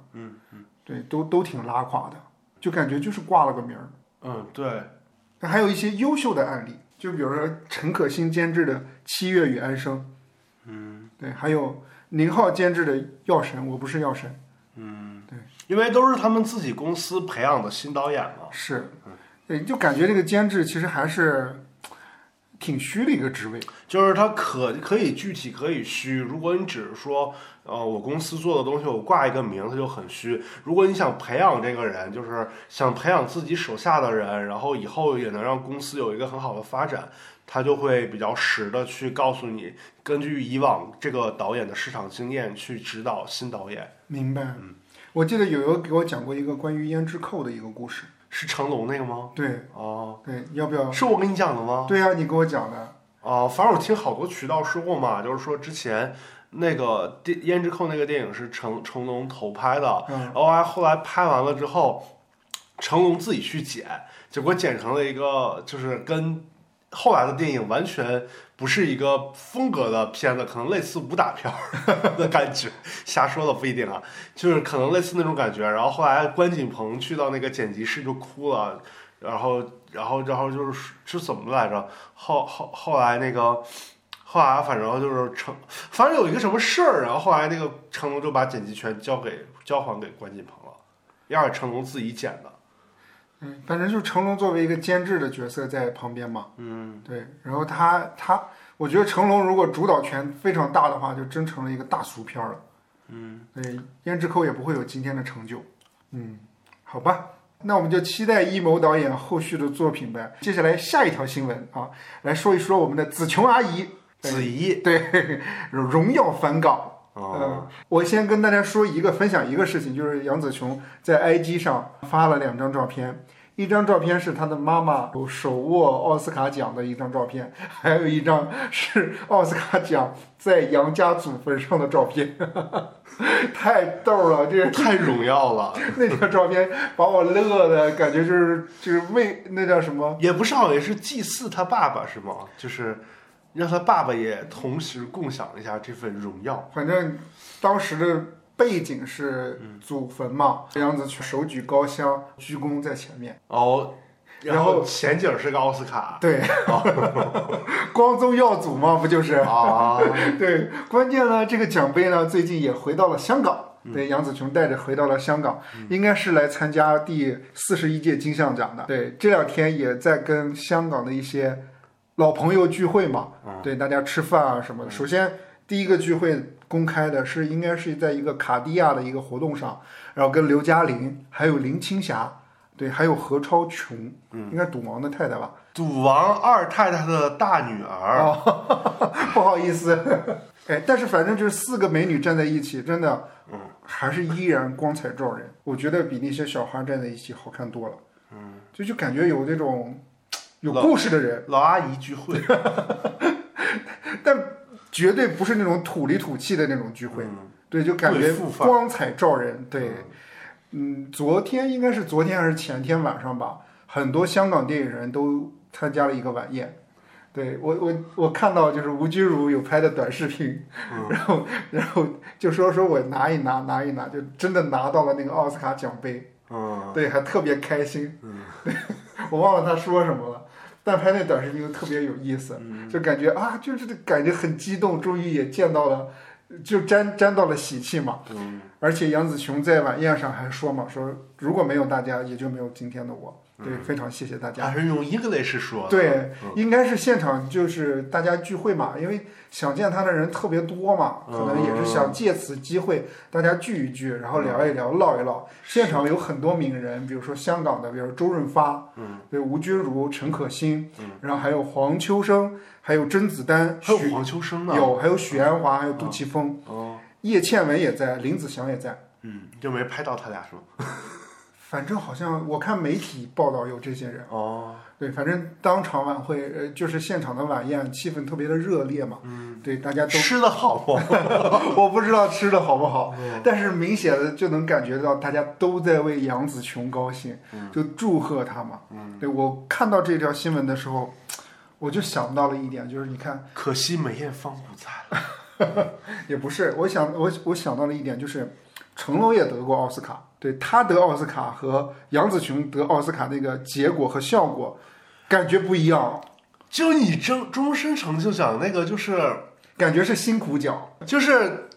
S1: 对，都都挺拉垮的，就感觉就是挂了个名儿。
S2: 嗯，对，
S1: 但还有一些优秀的案例，就比如说陈可辛监制的《七月与安生》，嗯，对，还有宁浩监制的《药神》，我不是药神，
S2: 因为都是他们自己公司培养的新导演嘛。
S1: 是，对，就感觉这个监制其实还是挺虚的一个职位。
S2: 就是它可可以具体可以虚。如果你只是说，呃，我公司做的东西我挂一个名，它就很虚。如果你想培养这个人，就是想培养自己手下的人，然后以后也能让公司有一个很好的发展，他就会比较实的去告诉你，根据以往这个导演的市场经验去指导新导演。
S1: 明白。我记得有友给我讲过一个关于胭脂扣的一个故事，
S2: 是成龙那个吗？
S1: 对
S2: 哦，
S1: 对，要不要？
S2: 是我跟你讲的吗？
S1: 对呀、你给我讲的，
S2: 啊、反正我听好多渠道说过嘛，就是说之前那个电《胭脂扣》那个电影是成成龙投拍的，
S1: 嗯
S2: 然后还后来拍完了之后，成龙自己去剪，结果剪成了一个就是跟后来的电影完全不是一个风格的片子，可能类似武打片儿 的感觉，瞎说的不一定啊，就是可能类似那种感觉。然后后来关锦鹏去到那个剪辑室就哭了。然后然后然后就是是怎么来着？后后后来那个。后来反正就是成，反正有一个什么事儿，然后后来那个成龙就把剪辑权交给交还给关锦鹏了，要是成龙自己剪的。
S1: 嗯，反正就是成龙作为一个监制的角色在旁边嘛。嗯，对。然后他他，我觉得成龙如果主导权非常大的话，就真成了一个大俗片儿了。嗯，对，胭脂扣也不会有今天的成就。嗯，好吧，那我们就期待一谋导演后续的作品呗。接下来下一条新闻啊，来说一说我们的紫琼阿姨
S2: 子怡啊
S1: 对荣耀返岗。
S2: 哦
S1: 嗯，我先跟大家说一个分享一个事情，就是杨紫琼在 IG 上发了两张照片，一张照片是她的妈妈手握奥斯卡奖的一张照片，还有一张是奥斯卡奖在杨家祖坟上的照片， 太逗了，这
S2: 太荣耀了，
S1: 那张照片把我乐的感觉就是就是为那叫什么？
S2: 也不是好像也是祭祀他爸爸是吗？就是让他爸爸也同时共享一下这份荣耀。
S1: 反正当时的背景是祖坟嘛，杨紫琼手举高香，鞠躬在前面。
S2: 哦，然
S1: 然后
S2: 后前景是个奥斯卡
S1: 对，光宗耀祖嘛，不就是？
S2: 啊，
S1: 对，关键呢，这个奖杯呢，最近也回到了香港。对，杨紫琼带着回到了香港，应该是来参加第四十一届金像奖的。对，这两天也在跟香港的一些老朋友聚会嘛，对，大家吃饭啊什么的。首先第一个聚会公开的是应该是在一个卡地亚的一个活动上，然后跟刘嘉玲还有林青霞，对，还有何超琼，应该赌王的太太吧。
S2: 赌王二太太的大女儿，
S1: 哦 不好意思，哎，但是反正就是四个美女站在一起，真的，嗯，还是依然光彩照人。我觉得比那些小花站在一起好看多了，嗯，就就感觉有这种有故事的人，
S2: 老阿姨聚会。
S1: 绝对不是那种土里土气的那种聚会，对，就感
S2: 贵
S1: 觉
S2: 妇范
S1: 光彩照人。对，嗯，昨天应该是昨天还是前天晚上吧，很多香港电影人都参加了一个晚宴。对我我我看到就是吴君如有拍的短视频，然后然后就说说我拿一拿拿一拿，就真的拿到了那个奥斯卡奖杯，
S2: 嗯，
S1: 对，还特别开心。 我忘了他说什么了，但拍那短视频就特别有意思，就感觉啊，就是感觉很激动，终于也见到了，就沾沾到了喜气嘛。
S2: 嗯
S1: 而且杨紫琼在晚宴上还说嘛，说如果没有大家，也就没有今天的我。对，非常谢谢大家。
S2: 还是用 English 说的。
S1: 对，
S2: 嗯
S1: 应该是现场就是大家聚会嘛，因为想见他的人特别多嘛，可能也是
S2: 嗯
S1: 想借此机会大家聚一聚，然后聊一聊、唠一唠。现场有很多名人，比如说香港的，比如周润发，嗯，对，吴君如、陈可辛，然后还有黄秋生，还有甄子丹，
S2: 嗯还有
S1: 许
S2: 黄秋嗯生呢。
S1: 有还有许鞍华，还有杜琪峰，
S2: 哦，
S1: 叶倩文也在，林子祥也在。
S2: 嗯，就没拍到他俩是吗？
S1: 反正好像我看媒体报道有这些人，
S2: 哦，
S1: 对，反正当场晚会，呃，就是现场的晚宴，气氛特别的热烈嘛。嗯，对，大家都，
S2: 吃的好吗？
S1: 我不知道吃的好不好，但是明显的就能感觉到大家都在为杨紫琼高兴，就祝贺她嘛。嗯，对我看到这条新闻的时候，我就想到了一点，就是你看，
S2: 可惜梅艳芳不在了。
S1: 也不是，我想我我想到了一点，就是成龙也得过奥斯卡，对他得奥斯卡和杨紫琼得奥斯卡那个结果和效果感觉不一样，
S2: 就你终终身成就奖那个，就是
S1: 感觉是辛苦奖。
S2: 就是，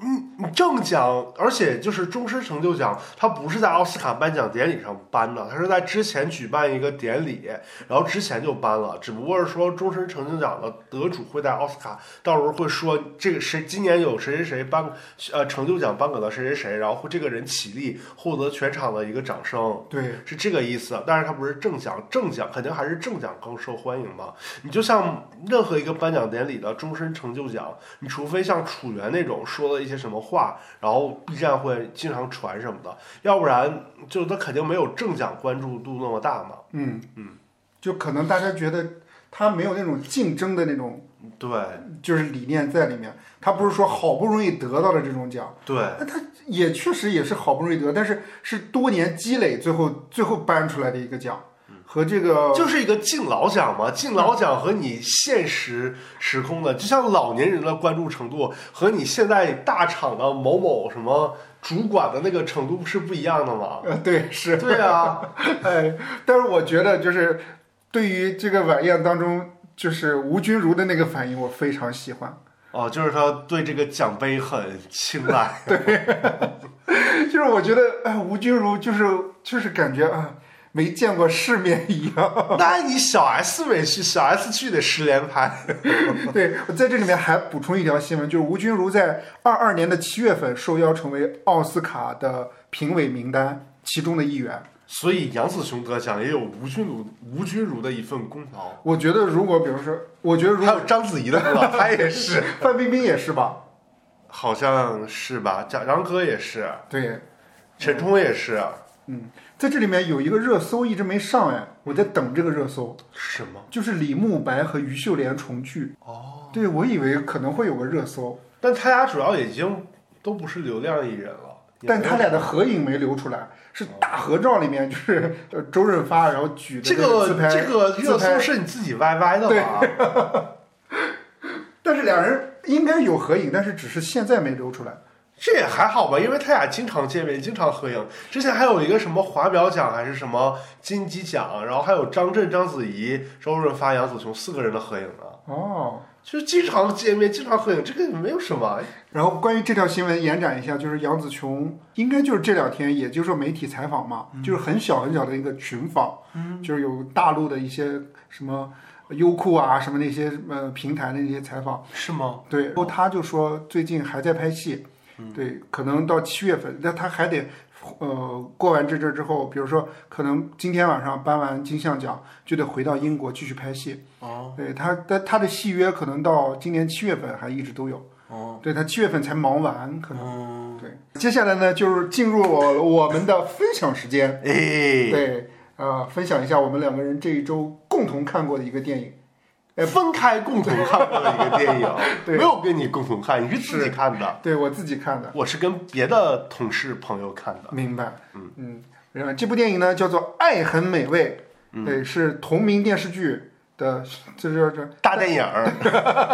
S2: 嗯，你正奖，而且就是终身成就奖，它不是在奥斯卡颁奖典礼上颁的，它是在之前举办一个典礼，然后之前就颁了，只不过是说终身成就奖的得主会在奥斯卡到时候会说这个谁今年有谁谁谁颁呃成就奖颁给了谁谁谁，然后会这个人起立获得全场的一个掌声。
S1: 对，
S2: 是这个意思，但是它不是正奖，正奖肯定还是正奖更受欢迎嘛。你就像任何一个颁奖典礼的终身成就奖，你除非像楚原那种说了一些什么话，然后 B 站会经常传什么的，要不然就他肯定没有正奖关注度那么大嘛。
S1: 嗯嗯，就可能大家觉得他没有那种竞争的那种
S2: 对
S1: 就是理念在里面，他不是说好不容易得到的这种奖，
S2: 对，
S1: 那他也确实也是好不容易得，但是是多年积累最后最后颁出来的一个奖，和这个
S2: 就是一个敬老奖嘛，敬老奖和你现实时空的，就像老年人的关注程度和你现在大厂的某某什么主管的那个程度是不一样的嘛。
S1: 呃，对，是，
S2: 对啊，
S1: 哎，但是我觉得就是对于这个晚宴当中，就是吴君如的那个反应，我非常喜欢。
S2: 哦，就是他对这个奖杯很青 睐。对，
S1: 就是我觉得，哎，吴君如就是就是感觉啊，没见过世面一样。
S2: 那你小 S 没去，小 S 去得十连拍。
S1: 对，我在这里面还补充一条新闻，就是吴君如在二二年的七月份受邀成为奥斯卡的评委名单其中的一员。
S2: 所以杨紫琼得奖也有吴君如吴君如的一份功劳，
S1: 我觉得如果比如说，我觉得如
S2: 还
S1: 果
S2: 有章子怡的功 劳，她也是，
S1: 范冰冰也是吧？
S2: 好像是吧？贾樟柯也是，
S1: 对，
S2: 陈冲也是，
S1: 在这里面有一个热搜一直没上哎，我在等这个热搜。
S2: 是吗？
S1: 就是李慕白和于秀莲重聚。哦，对，我以为可能会有个热搜，
S2: 但他俩主要已经都不是流量艺人了，也
S1: 但
S2: 没有
S1: 他俩的合影没流出来，是大合照里面就是呃周润发然后举着
S2: 这
S1: 个
S2: 个
S1: 自拍，
S2: 这个
S1: 自
S2: 热
S1: 拍
S2: 搜是你自己歪歪的吧？
S1: 但是俩人应该有合影，但是只是现在没流出来。
S2: 这也还好吧，因为他俩经常见面，经常合影。之前还有一个什么华表奖还是什么金鸡奖，然后还有张震、章子怡、周润发、杨紫琼四个人的合影呢，
S1: 哦，
S2: 就是经常见面，经常合影，这个没有什么。哎
S1: 然后关于这条新闻延展一下，就是杨紫琼应该就是这两天，也就是说媒体采访嘛，就是很小很小的一个群访，就是有大陆的一些什么优酷啊什么那些呃平台的那些采访。
S2: 是吗？
S1: 对，然后他就说最近还在拍戏，
S2: 嗯
S1: 对，可能到七月份，那他还得呃过完这阵儿之后，比如说可能今天晚上颁完金像奖，就得回到英国继续拍戏。
S2: 哦
S1: 对他，但他的戏约可能到今年七月份还一直都有，
S2: 哦，
S1: 对他七月份才忙完可能。
S2: 嗯，
S1: 对，接下来呢就是进入我我们的分享时间，
S2: 哎，
S1: 对，啊、分享一下我们两个人这一周共同看过的一个电影。，
S2: 哎分开共同看过的一个 电影
S1: 对
S2: 没有跟你共同看，你是自己看的。
S1: 对我自己看的，
S2: 我是跟别的同事朋友看的，
S1: 明白，嗯然后这部电影呢叫做《爱很美味》，对，是同名电视剧的，这这这，
S2: 大电影儿。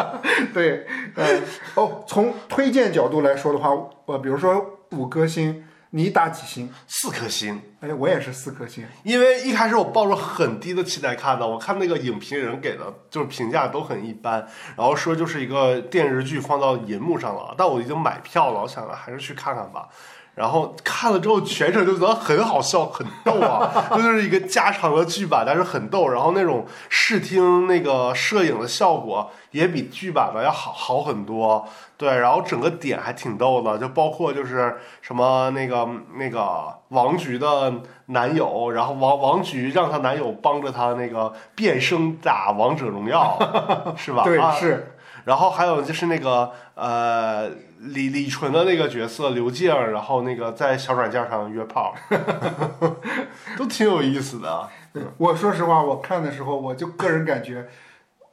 S1: 对，呃，哦，从推荐角度来说的话，呃，比如说五颗星，你打几星？
S2: 四颗星，
S1: 哎，我也是四颗星，
S2: 因为一开始我抱着很低的期待看的，我看那个影评人给的就是评价都很一般，然后说就是一个电视剧放到银幕上了，但我已经买票了，我想着还是去看看吧。然后看了之后，全程就觉得很好笑，很逗啊，这就是一个加长的剧版，但是很逗。然后那种视听那个摄影的效果也比剧版的要好好很多，对。然后整个点还挺逗的，就包括就是什么那个那个王菊的男友，然后王王菊让她男友帮着她那个变声打王者荣耀，是吧？
S1: 对
S2: 啊，
S1: 是，
S2: 然后还有就是那个呃李李纯的那个角色刘静儿，然后那个在小软件上约炮， 都挺有意思的。啊
S1: 我说实话，我看的时候，我就个人感觉，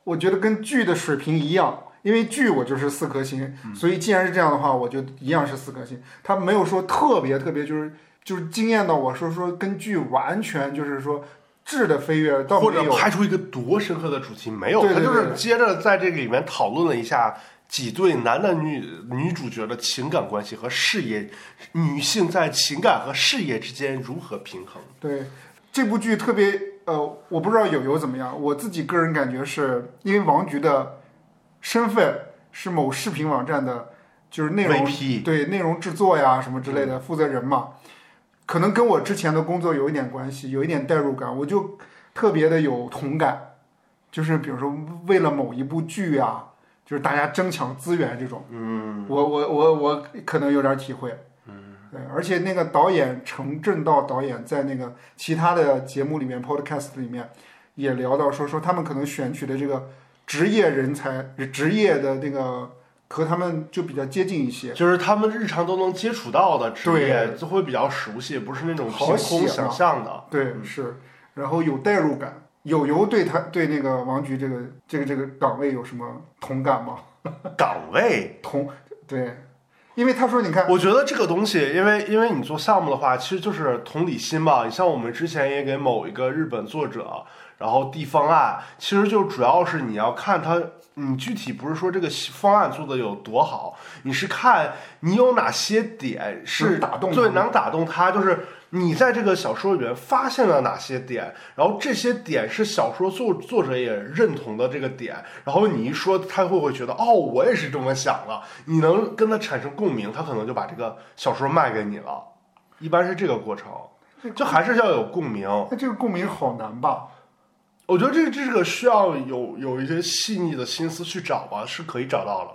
S1: 我觉得跟剧的水平一样。因为剧我就是四颗星，
S2: 嗯
S1: 所以既然是这样的话，我就一样是四颗星。他没有说特别特别，就是就是惊艳到我说说跟剧完全就是说质的飞跃，倒
S2: 或
S1: 没
S2: 者
S1: 有。
S2: 拍出一个多深刻的主题没有，
S1: 对对
S2: 他就
S1: 对
S2: 是
S1: 对
S2: 接着在这个里面讨论了一下几对男男女女主角的情感关系和事业，女性在情感和事业之间如何平衡。
S1: 对，这部剧特别呃，我不知道友友怎么样，我自己个人感觉是因为王菊的身份是某视频网站的，就是内容
S2: VP
S1: 对内容制作呀什么之类的负责人嘛，可能跟我之前的工作有一点关系，有一点代入感，我就特别的有同感，就是比如说为了某一部剧啊，就是大家争抢资源这种，嗯，我我我我可能有点体会。对，而且那个导演程正道导演在那个其他的节目里面、podcast 里面也聊到说，说他们可能选取的这个职业人才、职业的那个和他们就比较接近一些。
S2: 就是他们日常都能接触到的职业，就会比较熟悉，不是那种凭
S1: 好写
S2: 空
S1: 啊
S2: 想象的。
S1: 对，是，然后有代入感。友友对他对那个王菊这个这个这个岗位有什么同感吗？
S2: 岗位
S1: 同对，因因为他说你看，
S2: 我觉得这个东西，因为因为你做项目的话，其实就是同理心吧。你像我们之前也给某一个日本作者，然后递方案，其实就主要是你要看他，你具体不是说这个方案做的有多好，你是看你有哪些点是
S1: 能打动
S2: 对
S1: 他
S2: 能打动他，就是你在这个小说里面发现了哪些点，然后这些点是小说作作者也认同的这个点，然后你一说，他会不会觉得哦，我也是这么想的？你能跟他产生共鸣，他可能就把这个小说卖给你了。一般是这个过程，就还是要有共鸣。
S1: 那这个共鸣好难吧？
S2: 我觉得这这个需要有有一些细腻的心思去找吧，是可以找到的。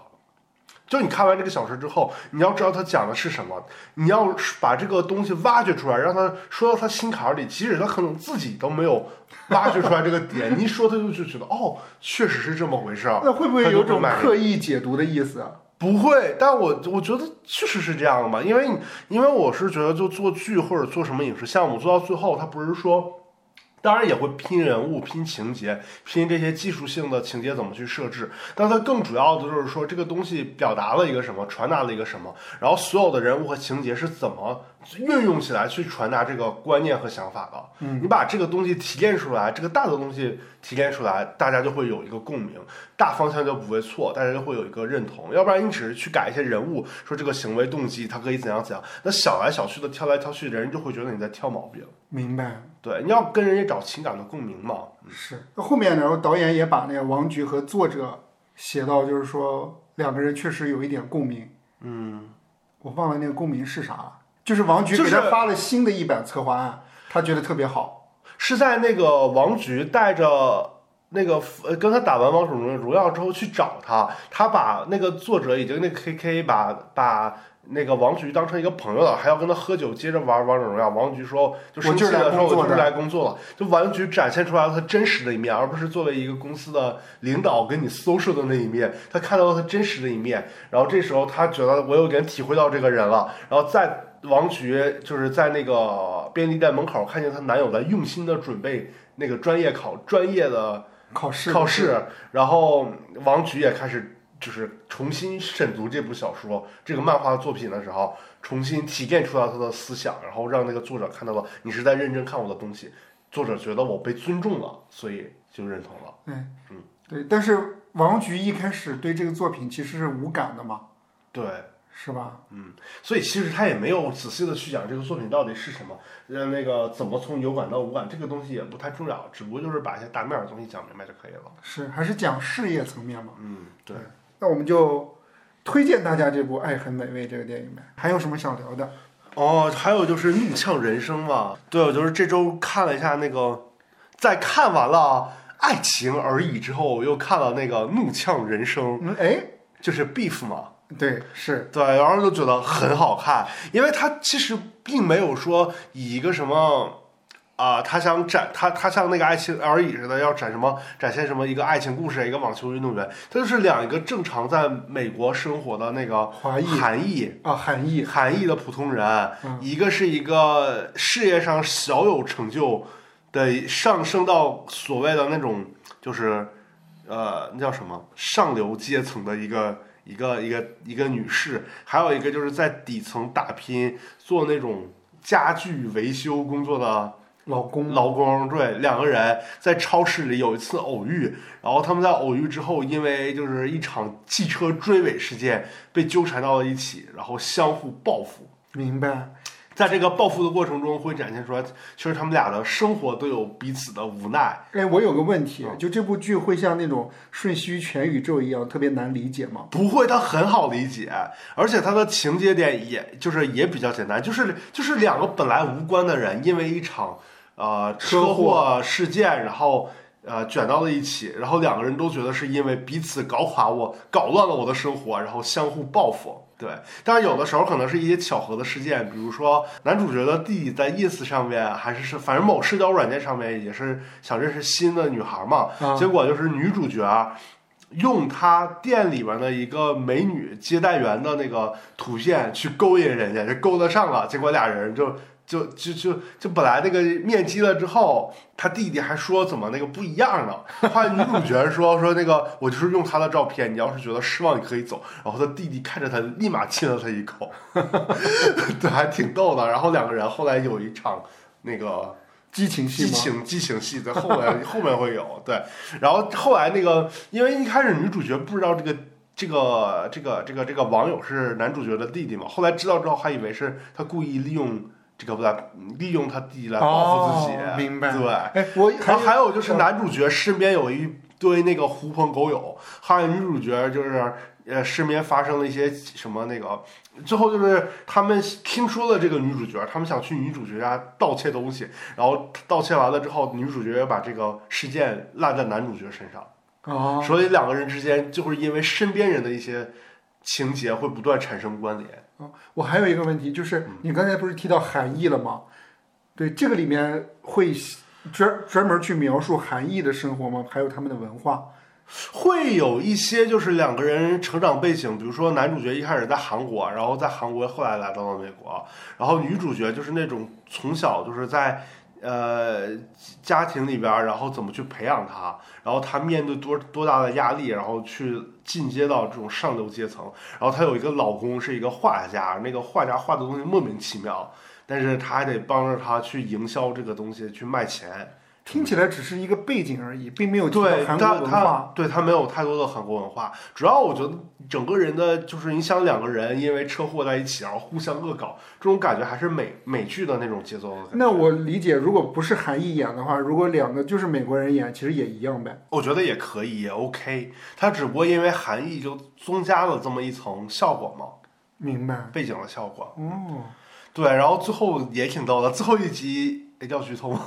S2: 就你看完这个小说之后，你要知道他讲的是什么，你要把这个东西挖掘出来，让他说到他心坎儿里。即使他可能自己都没有挖掘出来这个点，你 一说他就就觉得哦，确实是这么回事儿。
S1: 那会不会
S2: 啊他就
S1: 有种
S2: 买了
S1: 刻意解读的意思啊？
S2: 不会，但我我觉得确实是这样的吧，因为你因为我是觉得就做剧或者做什么影视项目，做到最后，它不是说，当然也会拼人物、拼情节、拼这些技术性的情节怎么去设置，但它更主要的就是说这个东西表达了一个什么，传达了一个什么，然后所有的人物和情节是怎么运用起来去传达这个观念和想法的。嗯，你把这个东西提炼出来，这个大的东西提炼出来，大家就会有一个共鸣。大方向就不会错，大家就会有一个认同。要不然你只是去改一些人物，说这个行为动机他可以怎样怎样，那小来小去的挑来挑去，人就会觉得你在挑毛病。
S1: 明白，
S2: 对，你要跟人家找情感的共鸣嘛。
S1: 是。那后面呢，然后导演也把那个王菊和作者写到，就是说两个人确实有一点共鸣。
S2: 嗯，
S1: 我忘了那个共鸣是啥了，就是王菊
S2: 就
S1: 给
S2: 是
S1: 他发了新的一版策划案，他觉得特别好。
S2: 是在那个王菊带着。那个呃，跟他打完王者荣耀之后去找他，他把那个作者已经那 K K 把把那个王菊当成一个朋友了，还要跟他喝酒，接着玩王者荣耀。王菊说就生气
S1: 我就是来
S2: 了，说
S1: 工
S2: 我
S1: 作
S2: 就是
S1: 的
S2: 来工作了。就王菊展现出来了他真实的一面，而不是作为一个公司的领导跟你 social 的那一面，他看到了他真实的一面。然后这时候他觉得我有点体会到这个人了，然后在。王菊就是在那个便利店门口看见她男友在用心的准备那个专业考专业的
S1: 考试，
S2: 考试，然后王菊也开始就是重新审读这部小说、这个漫画作品的时候，重新提炼出来他的思想，然后让那个作者看到了你是在认真看我的东西，作者觉得我被尊重了，所以就认同了。
S1: 对，但是王菊一开始对这个作品其实是无感的嘛，
S2: 对，
S1: 是吧？
S2: 所以其实他也没有仔细的去讲这个作品到底是什么，呃，那个怎么从有感到无感，这个东西也不太重要，只不过就是把一些大面儿的东西讲明白就可以了。
S1: 是还是讲事业层面嘛。
S2: 嗯，对。
S1: 那我们就推荐大家这部《爱很美味》这个电影呗。还有什么想聊的？
S2: 哦，还有就是《怒呛人生》嘛，对，我就是这周看了一下那个，在看完了《爱情而已》之后，我又看了那个《怒呛人生》，
S1: 嗯，哎，
S2: 就是 Beef 嘛，
S1: 对，是
S2: 对，然后就觉得很好看，因为它其实并没有说以一个什么。啊、他想展他他像那个爱情而已似的，要展什么展现什么一个爱情故事，一个网球运动员，他就是两一个正常在美国生活的那个
S1: 华裔
S2: 韩裔，
S1: 啊，韩裔，
S2: 韩裔的普通人
S1: 嗯，
S2: 一个是一个事业上小有成就的，上升到所谓的那种就是呃，那叫什么上流阶层的一个一个一个一个女士，还有一个就是在底层打拼做那种家具维修工作的
S1: 老公，
S2: 劳工，对，两个人在超市里有一次偶遇，然后他们在偶遇之后，因为就是一场汽车追尾事件被纠缠到了一起，然后相互报复。
S1: 明白？
S2: 在这个报复的过程中，会展现出来，其实他们俩的生活都有彼此的无奈。
S1: 哎，我有个问题，就这部剧会像那种《瞬息全宇宙》一样特别难理解吗？
S2: 不会，它很好理解，而且它的情节点也就是也比较简单，就是就是两个本来无关的人，因为一场呃
S1: 车祸
S2: 车祸事件，然后呃卷到了一起，然后两个人都觉得是因为彼此搞垮我，搞乱了我的生活，然后相互报复。对，但是有的时候可能是一些巧合的事件，比如说男主角的弟弟在 ins 上面，还是是反正某社交软件上面也是想认识新的女孩嘛，
S1: 啊，
S2: 结果就是女主角用她店里边的一个美女接待员的那个图片去勾引人家，就勾搭上了，结果俩人就就就就就本来那个面基了之后，他弟弟还说怎么那个不一样呢？后来女主角说说那个我就是用他的照片，你要是觉得失望你可以走。然后他弟弟看着他，立马亲了他一口， 对，还挺逗的。然后两个人后来有一场那个
S1: 激情戏
S2: 激
S1: 吗？
S2: 情激情戏在后面后面会有对，然后后来那个，因为一开始女主角不知道这个这个这个这个这个网友是男主角的弟弟嘛，后来知道之后还以为是他故意利用这个来利用他弟弟来报复自己，
S1: 哦明白
S2: 对，
S1: 哎，我
S2: 然后还有就是男主角身边有一堆那个狐朋狗友，还有女主角就是呃身边发生了一些什么那个，最后就是他们听说了这个女主角，他们想去女主角家盗窃东西，然后盗窃完了之后，女主角把这个事件落在男主角身上，
S1: 哦，
S2: 所以两个人之间就会因为身边人的一些情节会不断产生关联。
S1: 我还有一个问题，就是
S2: 嗯
S1: 你刚才不是提到含义了吗？对，这个里面会专专门去描述韩裔的生活吗？还有他们的文化？
S2: 会有一些就是两个人成长背景，比如说男主角一开始在韩国，然后在韩国后来来到了美国，然后女主角就是那种从小就是在呃家庭里边儿，然后怎么去培养他，然后他面对多多大的压力，然后去进阶到这种上流阶层，然后她有一个老公是一个画家，那个画家画的东西莫名其妙，但是她还得帮着他去营销这个东西去卖钱，
S1: 听起来只是一个背景而已，并没有提到
S2: 对
S1: 韩国
S2: 他
S1: 文化。
S2: 他对他没有太多的韩国文化，主要我觉得整个人的就是你想两个人因为车祸在一起，然后互相恶搞，这种感觉还是美美剧的那种节奏的感觉。
S1: 那我理解，如果不是韩裔演的话，如果两个就是美国人演，其实也一样呗。
S2: 我觉得也可以，也 OK。他只不过因为含义就增加了这么一层效果嘛，
S1: 明白？
S2: 背景的效果。
S1: 哦，
S2: 对，然后最后也挺逗的，最后一集哎要剧透吗？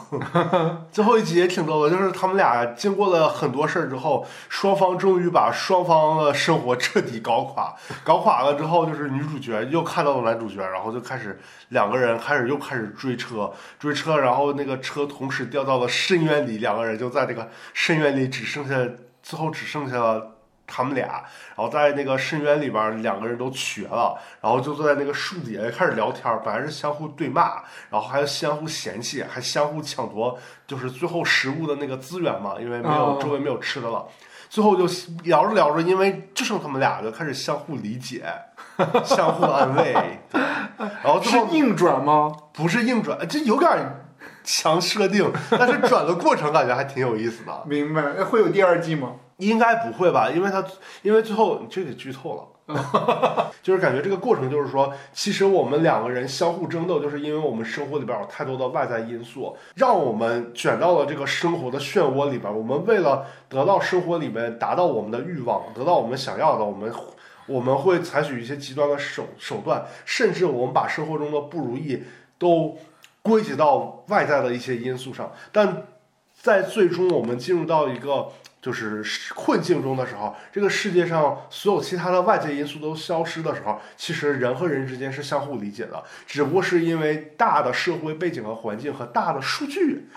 S2: 最后一集也挺逗的，就是他们俩经过了很多事儿之后，双方终于把双方的生活彻底搞垮，搞垮了之后，就是女主角又看到了男主角，然后就开始两个人开始又开始追车，追车，然后那个车同时掉到了深渊里，两个人就在这个深渊里只剩下最后只剩下了。他们俩，然后在那个深渊里边儿，两个人都瘸了，然后就坐在那个树底下开始聊天儿，本来是相互对骂，然后还相互嫌弃，还相互抢夺，就是最后食物的那个资源嘛，因为没有、
S1: 哦
S2: 周围没有吃的了。最后就聊着聊着，因为就剩他们俩，就开始相互理解，相互安慰，对然后最
S1: 是
S2: 后
S1: 硬转吗？
S2: 不是硬转，这有点强设定，但是转的过程感觉还挺有意思的。
S1: 明白？那会有第二季吗？
S2: 应该不会吧？因为他因为最后这得剧透了，就是感觉这个过程就是说，其实我们两个人相互争斗，就是因为我们生活里边有太多的外在因素，让我们卷到了这个生活的漩涡里边。我们为了得到生活里面达到我们的欲望，得到我们想要的，我们。我们会采取一些极端的手手段，甚至我们把生活中的不如意都归结到外在的一些因素上，但在最终我们进入到一个就是困境中的时候，这个世界上所有其他的外界因素都消失的时候，其实人和人之间是相互理解的，只不过是因为大的社会背景和环境和大的数据，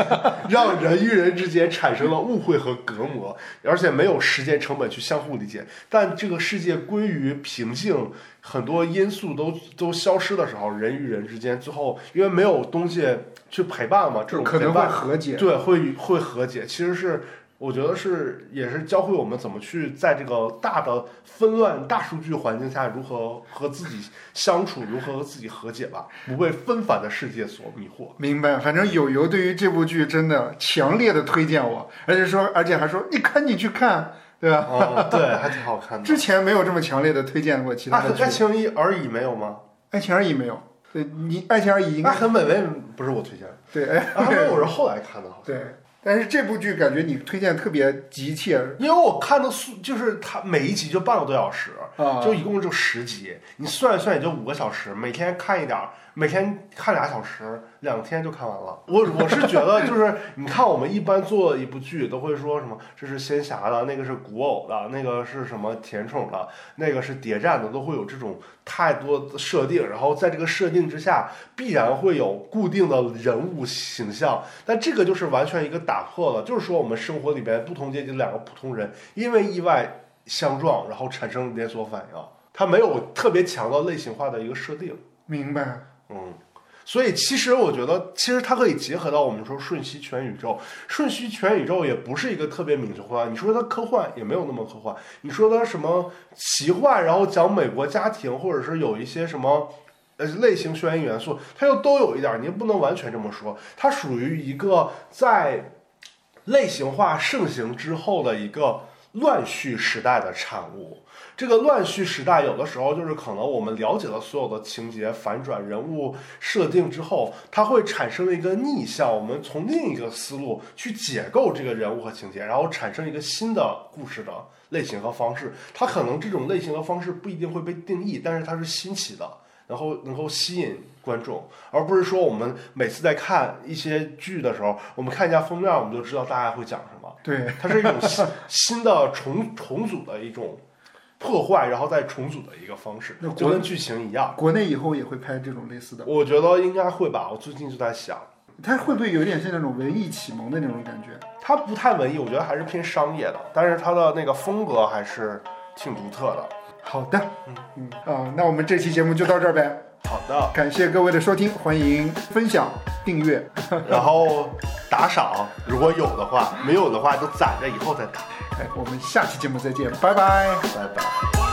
S2: 让人与人之间产生了误会和隔膜，而且没有时间成本去相互理解。但这个世界归于平静，很多因素都都消失的时候，人与人之间最后因为没有东西去陪伴嘛，这
S1: 就
S2: 种
S1: 可能
S2: 陪伴
S1: 会和解。
S2: 对，会会和解，其实是我觉得是也是教会我们怎么去在这个大的纷乱大数据环境下，如何和自己相处，如何和自己和解吧，不被纷繁的世界所迷惑。
S1: 明白，反正友友对于这部剧真的强烈的推荐我，而且说，而且还说你赶紧去看，对吧？
S2: 哦，对，还挺好看的。
S1: 之前没有这么强烈的推荐过其
S2: 爱
S1: 他的
S2: 很爱
S1: 剧，
S2: 情而已没有吗？
S1: 啊爱情而已没有。啊对你，爱情而已应
S2: 爱
S1: 该
S2: 很美味不是我推荐的，
S1: 对， 哎，
S2: 爱很美啊味我是后来看的，好像。
S1: 对。但是这部剧感觉你推荐特别急切
S2: 因为我看的速就是它每一集就半个多小时，
S1: 啊，
S2: 就一共就十集，你算一算也就五个小时，每天看一点儿，每天看俩小时，两天就看完了。我我是觉得就是，你看我们一般做一部剧都会说什么，这是仙侠的，那个是古偶的，那个是什么甜宠的，那个是谍战的，都会有这种太多的设定，然后在这个设定之下，必然会有固定的人物形象，但这个就是完全一个打破了，就是说我们生活里边不同阶级的两个普通人，因为意外相撞，然后产生连锁反应，它没有特别强的类型化的一个设定，
S1: 明白。
S2: 嗯，所以其实我觉得，其实它可以结合到我们说《瞬息全宇宙》，《瞬息全宇宙》也不是一个特别明确化。你说它科幻也没有那么科幻，你说它什么奇幻，然后讲美国家庭，或者是有一些什么。呃，类型悬疑元素，它又都有一点儿，你也不能完全这么说。它属于一个在类型化盛行之后的一个乱序时代的产物。这个乱序时代，有的时候就是可能我们了解了所有的情节、反转、人物设定之后，它会产生一个逆向，我们从另一个思路去解构这个人物和情节，然后产生一个新的故事的类型和方式。它可能这种类型和方式不一定会被定义，但是它是新奇的。然后能够吸引观众，而不是说我们每次在看一些剧的时候，我们看一下封面，我们就知道大概会讲什么。
S1: 对，
S2: 它是一种新 新的重重组的一种破坏，然后再重组的一个方式
S1: 那，国
S2: 就跟剧情一样。
S1: 国内以后也会拍这种类似的，
S2: 我觉得应该会吧，我最近就在想，
S1: 它会不会有点像那种文艺启蒙的那种感觉？
S2: 它不太文艺，我觉得还是偏商业的，但是它的那个风格还是挺独特的。
S1: 好的，嗯嗯啊、那我们这期节目就到这儿呗，
S2: 好的，
S1: 感谢各位的收听，欢迎分享、订阅。
S2: 然后打赏如果有的话，没有的话就攒着以后再打。
S1: 哎，我们下期节目再见，拜拜。
S2: 拜拜。
S3: Whoa!